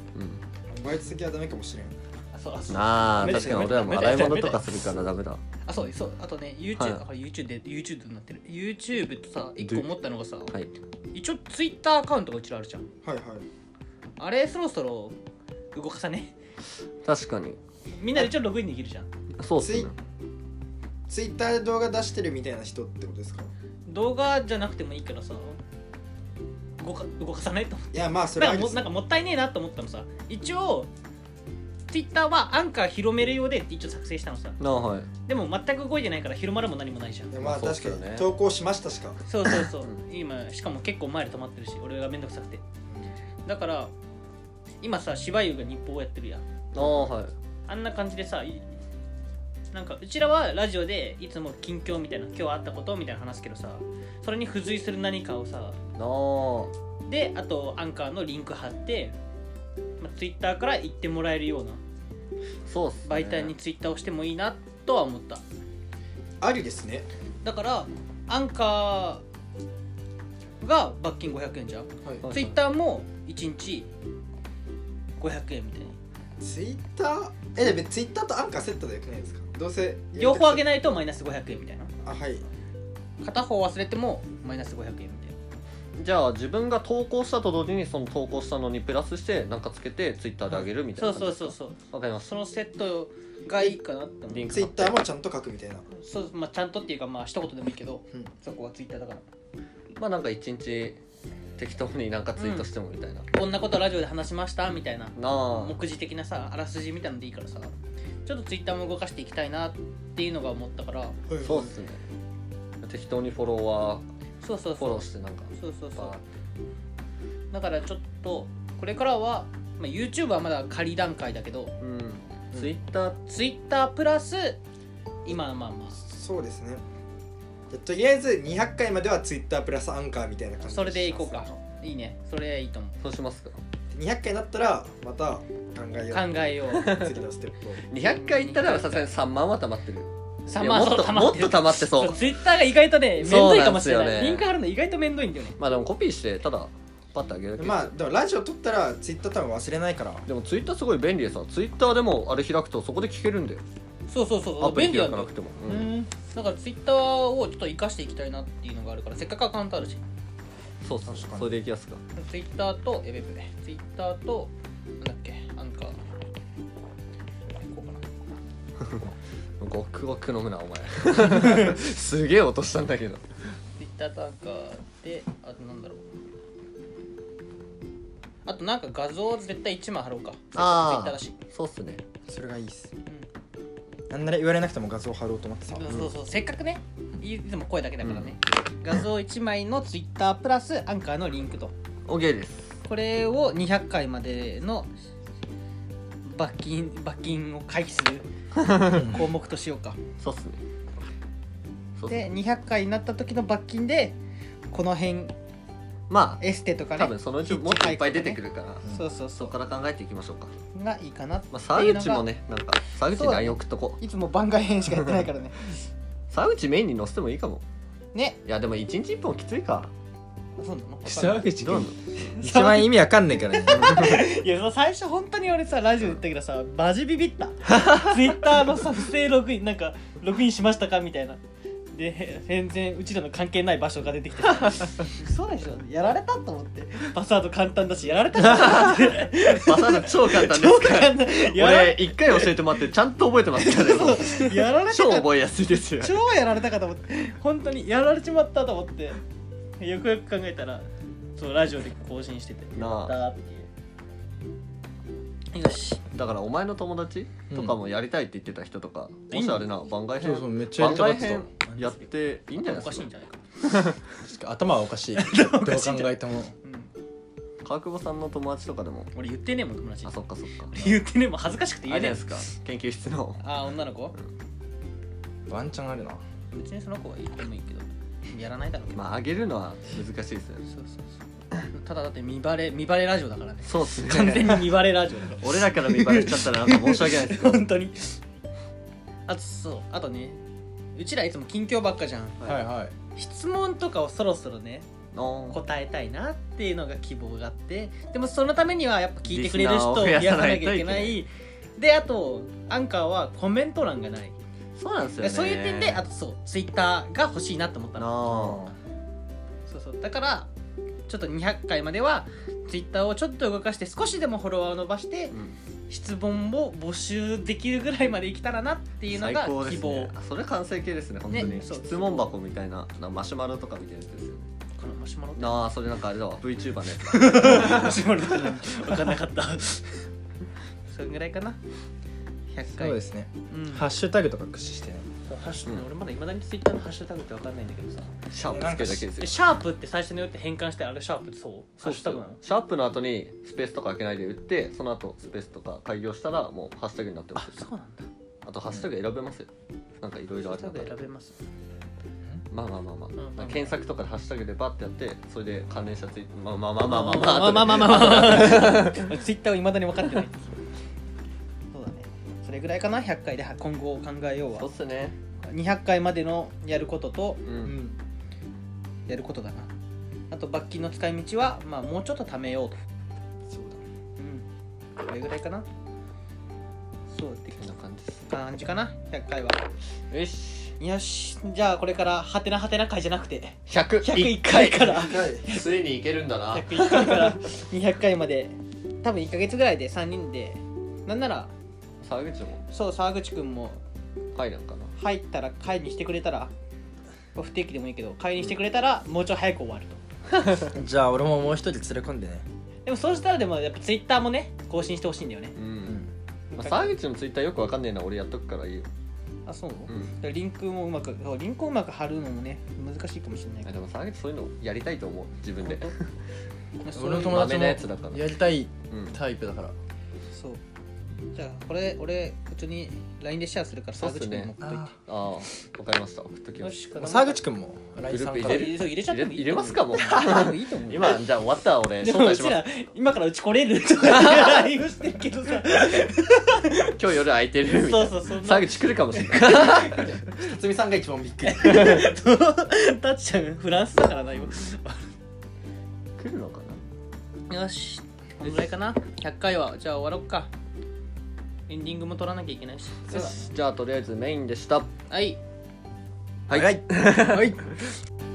S4: バイト先はダメかもしれん
S1: あそうあそう
S2: あー確かに俺らも洗い物とかするからダメだ
S1: あそうそうあとね YouTube、
S2: はい
S1: あこれ YouTube で YouTube になってる YouTube とさ一個
S2: で
S1: 思ったのがさ、
S2: はい
S1: 一応 Twitter アカウントがうちらあるじゃん
S4: はいはい
S1: あれそろそろ動かさね
S2: 確かに
S1: みんなで一応ログインできるじゃん
S2: そうっすね
S4: ツイッターで動画出してるみたいな人ってことですか
S1: 動画じゃなくてもいいからさ動か動かさないと思っ
S4: いやまあそ
S1: てな
S4: れは
S1: んかもなんかもったいねえなと思ったのさ一応 Twitter はアンカー広めるようで一応作成したのさ
S2: なあはい
S1: でも全く動いてないから広まるも何もないじゃん
S4: いやまあ
S2: まあそ
S4: 確か
S2: うっすよね
S4: に投稿しましたしか
S1: そうそうそう今しかも結構前で止まってるし俺がめんどくさくてだから今さ芝生が日報をやってるやん
S2: ああはい
S1: あんな感じでさいなんかうちらはラジオでいつも近況みたいな今日あったことみたいな話すけどさそれに付随する何かをさ
S2: なあ
S1: であとアンカーのリンク貼って、まあ、Twitter から言ってもらえるような
S2: そうっすね
S1: 媒体に Twitter をしてもいいなとは思った
S4: ありですね
S1: だからアンカーが罰金500円じゃん
S4: はい
S2: はい
S1: ツイッターも1日500円みたいに
S4: ツイッターえでもツイッターとアンカーセットでよくないですかどうせ
S1: 両方上げ
S4: ない
S1: ないとマイナス500円みたいな
S4: あはい
S1: 片方忘れてもマイナス500円みたい
S2: じゃあ自分が投稿したと同時にその投稿したのにプラスしてなんかつけてツイッターで上げるみたい
S1: な
S2: な
S1: そうそうそう
S2: う
S1: そう
S2: わかりまし
S1: そのセットがいいかなって
S2: た
S1: 思
S2: リン
S1: う
S2: ク
S4: ツイッターもちゃんと書くみたいな
S1: そう、まあ、ちゃんとっていうかまあ一言でもいいけど、
S4: うん
S1: そこはツイッターだから
S2: まあなんか一日適当になんかツイートしてもみたいな、
S1: こんなことラジオで話しましたみたいな
S2: なあ
S1: 目次的なさあらすじみたいなのでいいからさちょっとツイッターも動かしていきたいなっていうのが思ったから
S2: そうっすね適当にフォロワ
S1: そうそう
S2: ーフォ
S1: そ
S2: ロ
S1: う
S2: ーしてなんか
S1: そうそうそ
S2: バー
S1: う
S2: ッ
S1: だからちょっとこれからは、まあ、YouTube はまだ仮段階だけど
S2: うんツイッター
S1: Twitter プラス今まあまあ
S4: そうですねじゃとりあえず200回までは Twitter プラスアンカーみたいな感じにし
S1: そ
S4: ます
S1: れでいこうかいいねそれいいと思う
S2: そうしますか
S4: 200回になったらまた考えよ
S1: 考えよう
S4: う次のス テップを
S2: 200回いったらさすがに3万は溜まってる
S1: さ
S2: いや
S1: まあ
S2: もっ
S1: そう
S2: と
S1: 溜
S2: も
S1: まっ
S2: ってと
S1: る
S2: 溜まってそ
S1: そう
S2: う
S1: Twitter が意外とねめんどいかもしれ
S2: そう
S1: な
S2: ないんですよね
S1: リンク貼るの意外とめんどいんだよね
S2: まあでもコピーしてただパッとあげるだけ
S4: まあでもラジオ撮ったら Twitter 多分忘れないから
S2: でもツイッターすごい便利でさツイッターでもあれ開くとそこで聞けるんだよ
S1: そうそうそうそ
S2: ア
S1: う
S2: プ
S1: 便
S2: リ
S1: 利な
S2: 開
S1: ん
S2: かな
S1: だよ
S2: くても、
S1: う
S2: うん
S1: んだから Twitter をちょっと生かしていきたいなっていうのがあるからせっかくアカウントあるし
S2: そうそう
S4: 確かに
S2: それでいきやすか
S1: Twitter とえべべ Twitter となんだっけアンカーこうかな
S2: ごくごく飲むなお前 すげえ落としたんだけど
S1: Twitter とアンカーであとなんだろうあとなんか画像を絶対1枚貼ろうか
S2: あー
S1: Twitter らしい、
S2: そうっすね
S4: それがいいっす
S1: うん
S4: なんなら言われなくても画像貼ろうと思ってさ
S1: そうそうそうせっかくねいいつも声だけだからね、画像1枚の Twitter プラスアンカーのリンクと
S2: OK です
S1: これを200回までの罰金罰金を回避する項目としようか
S2: そうっすねそうっすね
S1: で200回になった時の罰金でこの辺
S2: まあ
S1: エステとかね
S2: 多分そのうちもっといっぱい出てくるから、
S1: そうそう
S2: そ
S1: そ
S2: こから考えていきましょうか、
S1: うがいいかな
S2: まあ、沢口もねなんか沢口に LINE 送っとこう
S1: いつも番外編しかやってないからね
S2: 沢口メインに載せてもいいかも
S1: ね
S2: いやでも1日1本きついか
S1: そうなの
S3: 沢口
S2: どうなの
S3: 一番意味わかんない からね
S1: いやその最初本当に俺さラジオで言ったけどさマジビビったツイッターのさ不正ログインなんかログインしましたかみたいなで全然うちらの関係ない場所が出てきてさ嘘でしょやられたと思ってパスワード簡単だしやられたと思って
S2: バサード 超簡単で
S1: 超
S2: すから
S1: 簡単やら
S2: 俺一回教えてもらってちゃんと覚えてますからね
S1: やられた
S2: 超
S1: か
S2: 覚えやすいですよ
S1: 超やられたかと思って本当にやられちまったと思ってよくよく考えたらそうラジオで更新してて
S2: なあ
S1: だーっていうよし
S2: だからお前の友達とかもやりたいって言ってた人とか、もしあれな番外編
S3: そうそうめっちゃや
S2: 番
S3: りたか
S2: 外
S3: った
S2: 編やっていいんじゃない
S1: おか
S2: で
S1: しい
S2: すか
S1: んじゃないか
S3: 頭はおか しいどう考えても
S1: うん
S2: 川久保さんの友達とかでも
S1: 俺言ってねえもん友達に
S2: あそっかそっか
S1: 俺言ってねえもん恥ずかしくて
S2: あ
S1: 言
S2: れ
S1: え
S2: じ
S1: ね
S2: ゃ
S1: え
S2: ない
S1: も
S2: で
S1: ん
S2: すか研究室の
S1: ああ女の子
S3: ワンチャンあるな
S1: 別にその子は言ってもいいけどやらないだろうけど、
S2: まああげるのは難しいですよね
S1: そうそうそうただだって見バレ見バレラジオだからね
S2: そうっすね
S1: 完全に見バレラジオだか
S2: 俺らから見バレちゃったらなんか申し訳ないです
S1: ら本当にあとそうあとねうちらいつも近況ばっかじゃん
S3: はいはい
S1: 質問とかをそろそろね
S2: の
S1: 答えたいなっていうのが希望があってでもそのためにはやっぱ聞いてくれる
S2: リスナ
S1: 人
S2: ー
S1: を
S2: を
S1: 増
S2: 増
S1: や
S2: や
S1: さ
S2: さ
S1: な
S2: な
S1: きゃ
S2: きゃ
S1: い
S2: い
S1: け
S2: け
S1: な
S2: ないい
S1: であとアンカーはコメント欄がない
S2: そうなんですよ
S1: で
S2: ね
S1: そういう点であとそうツイッターが欲しいなと思った
S2: な
S1: の
S2: あ
S1: そうそうだからちょっと200回まではツイッターをちょっと動かして少しでもフォロワーを伸ばして
S2: うん
S1: 質問を募集できるぐらいまでいけたらなっていうの
S2: 最
S1: が
S2: 高で
S1: 希
S2: す
S1: 望、
S2: ねあそれ完成形ですね本当に、
S1: ねそう
S2: 質問箱みたいななマシュマロとかみたいなやつですよね
S1: このマシュマ ロ
S2: なあそれなんかあれだわ VTuber のやつだ
S1: マシュマロって何分かんなかった それぐらいかな100回
S3: そうですね
S1: うん
S3: ハッシュタグとか駆使してね
S1: そうハッシュ
S2: うん
S1: 俺まだいまだにツイッターのハッシュタグって分かんないんだけどさ
S2: シャープつけるだけです
S1: え
S2: よ
S1: シャープって最初に打って変換してあれシャープってそうハ
S2: そ
S1: ッ
S2: う
S1: シュ
S2: そ
S1: タグな
S2: う
S1: の
S2: シャープの後にスペースとか開けないで打ってその後スペースとか開業したらもうハッシュタグになってま
S1: あ
S2: す
S1: そうなんだ
S2: あとハッシュタグ選べますよなんかいろいろ
S1: ハ
S2: ある
S1: ッシュタグ
S2: 中
S1: 選
S2: で
S1: べます
S2: まあまあまあまあ
S1: んうんうん
S2: 検索とかでハッシュタグでバッてやってそれで関連者ついてまあまあまあま
S1: ま
S2: あま
S1: あま
S2: あ
S1: あ
S2: まあ
S1: まあまあまあまあまあまあツイッターはいまだに分かってないそうだねそれぐらいかな100回で今後を考えよう
S2: そう
S1: は
S2: っすね
S1: 200回までのやることと
S2: う
S4: うんん
S1: やることだなあと罰金の使い道はまあもうちょっと貯めようと
S4: そう
S1: うん
S4: だ
S1: これぐらいかなそうで
S2: こんな感じです
S1: 感じかな100回は
S2: よし
S1: よしじゃあこれからハテナハテナ回じゃなくて
S2: 101
S1: 101回から
S4: はい
S2: ついにいけるんだな
S1: 101回から200回まで多分1ヶ月ぐらいで3人でなんなら
S2: 沢口も
S1: そう沢口くんも
S2: はいなんかな
S1: 入ったら会にしてくれたら不定期でもいいけど会にしてくれたらもうちょい早く終わると
S3: じゃあ俺ももう一人連れ込んでね
S1: でもそうしたらでもやっぱツイッターもね更新してほしいんだよね
S2: う
S3: うんん
S2: まあ沢口のツイッターよくわかんねえな俺やっとくからいいよ
S1: あそう、だか
S2: うん
S1: らリンクもうまくそうリンクをうまく貼るのもね難しいかもしれない
S2: い
S1: け
S2: や
S1: ど
S2: でも沢口そういうのやりたいと思う自分で
S1: 本当そう
S6: 俺の友
S2: ダ
S6: 達
S2: メ
S6: も
S2: なやつだから
S6: やりたい
S2: うん
S6: タイプだから
S1: そうじゃあこれ俺普通に LINE でシェアするから
S2: そう
S1: 沢
S2: っす
S1: 口君
S2: ね
S1: も送っとい
S3: あ
S2: ああわかりました送っとき
S1: て
S2: ま
S1: よ
S2: す
S1: し
S3: もう沢口くんも
S2: グループ入
S1: 入
S2: れ
S1: れ
S2: る
S1: 入れちゃっ
S2: 入れ
S1: てもいい
S2: 入れますかもう
S1: もういいと思うよ
S2: 今じゃあ終わったら俺招
S1: でも
S2: 待
S1: う
S2: し
S1: ち
S2: ます
S1: ら今からうち来れると か LINE をしてるけどさ
S2: 今日夜空いてるみた
S1: そう
S2: い
S1: そうそ
S2: なん
S1: な
S2: 沢口来るかもしれない
S5: 辰巳さんが一番びっくり
S1: タッチちゃんフランスだからな今
S2: 来るのかな
S1: よしこのぐらいかな100回はじゃあ終わろっかエンディングも取らなきゃいけないし
S2: よしじゃあとりあえずメインでした
S1: はい
S2: はい
S3: はい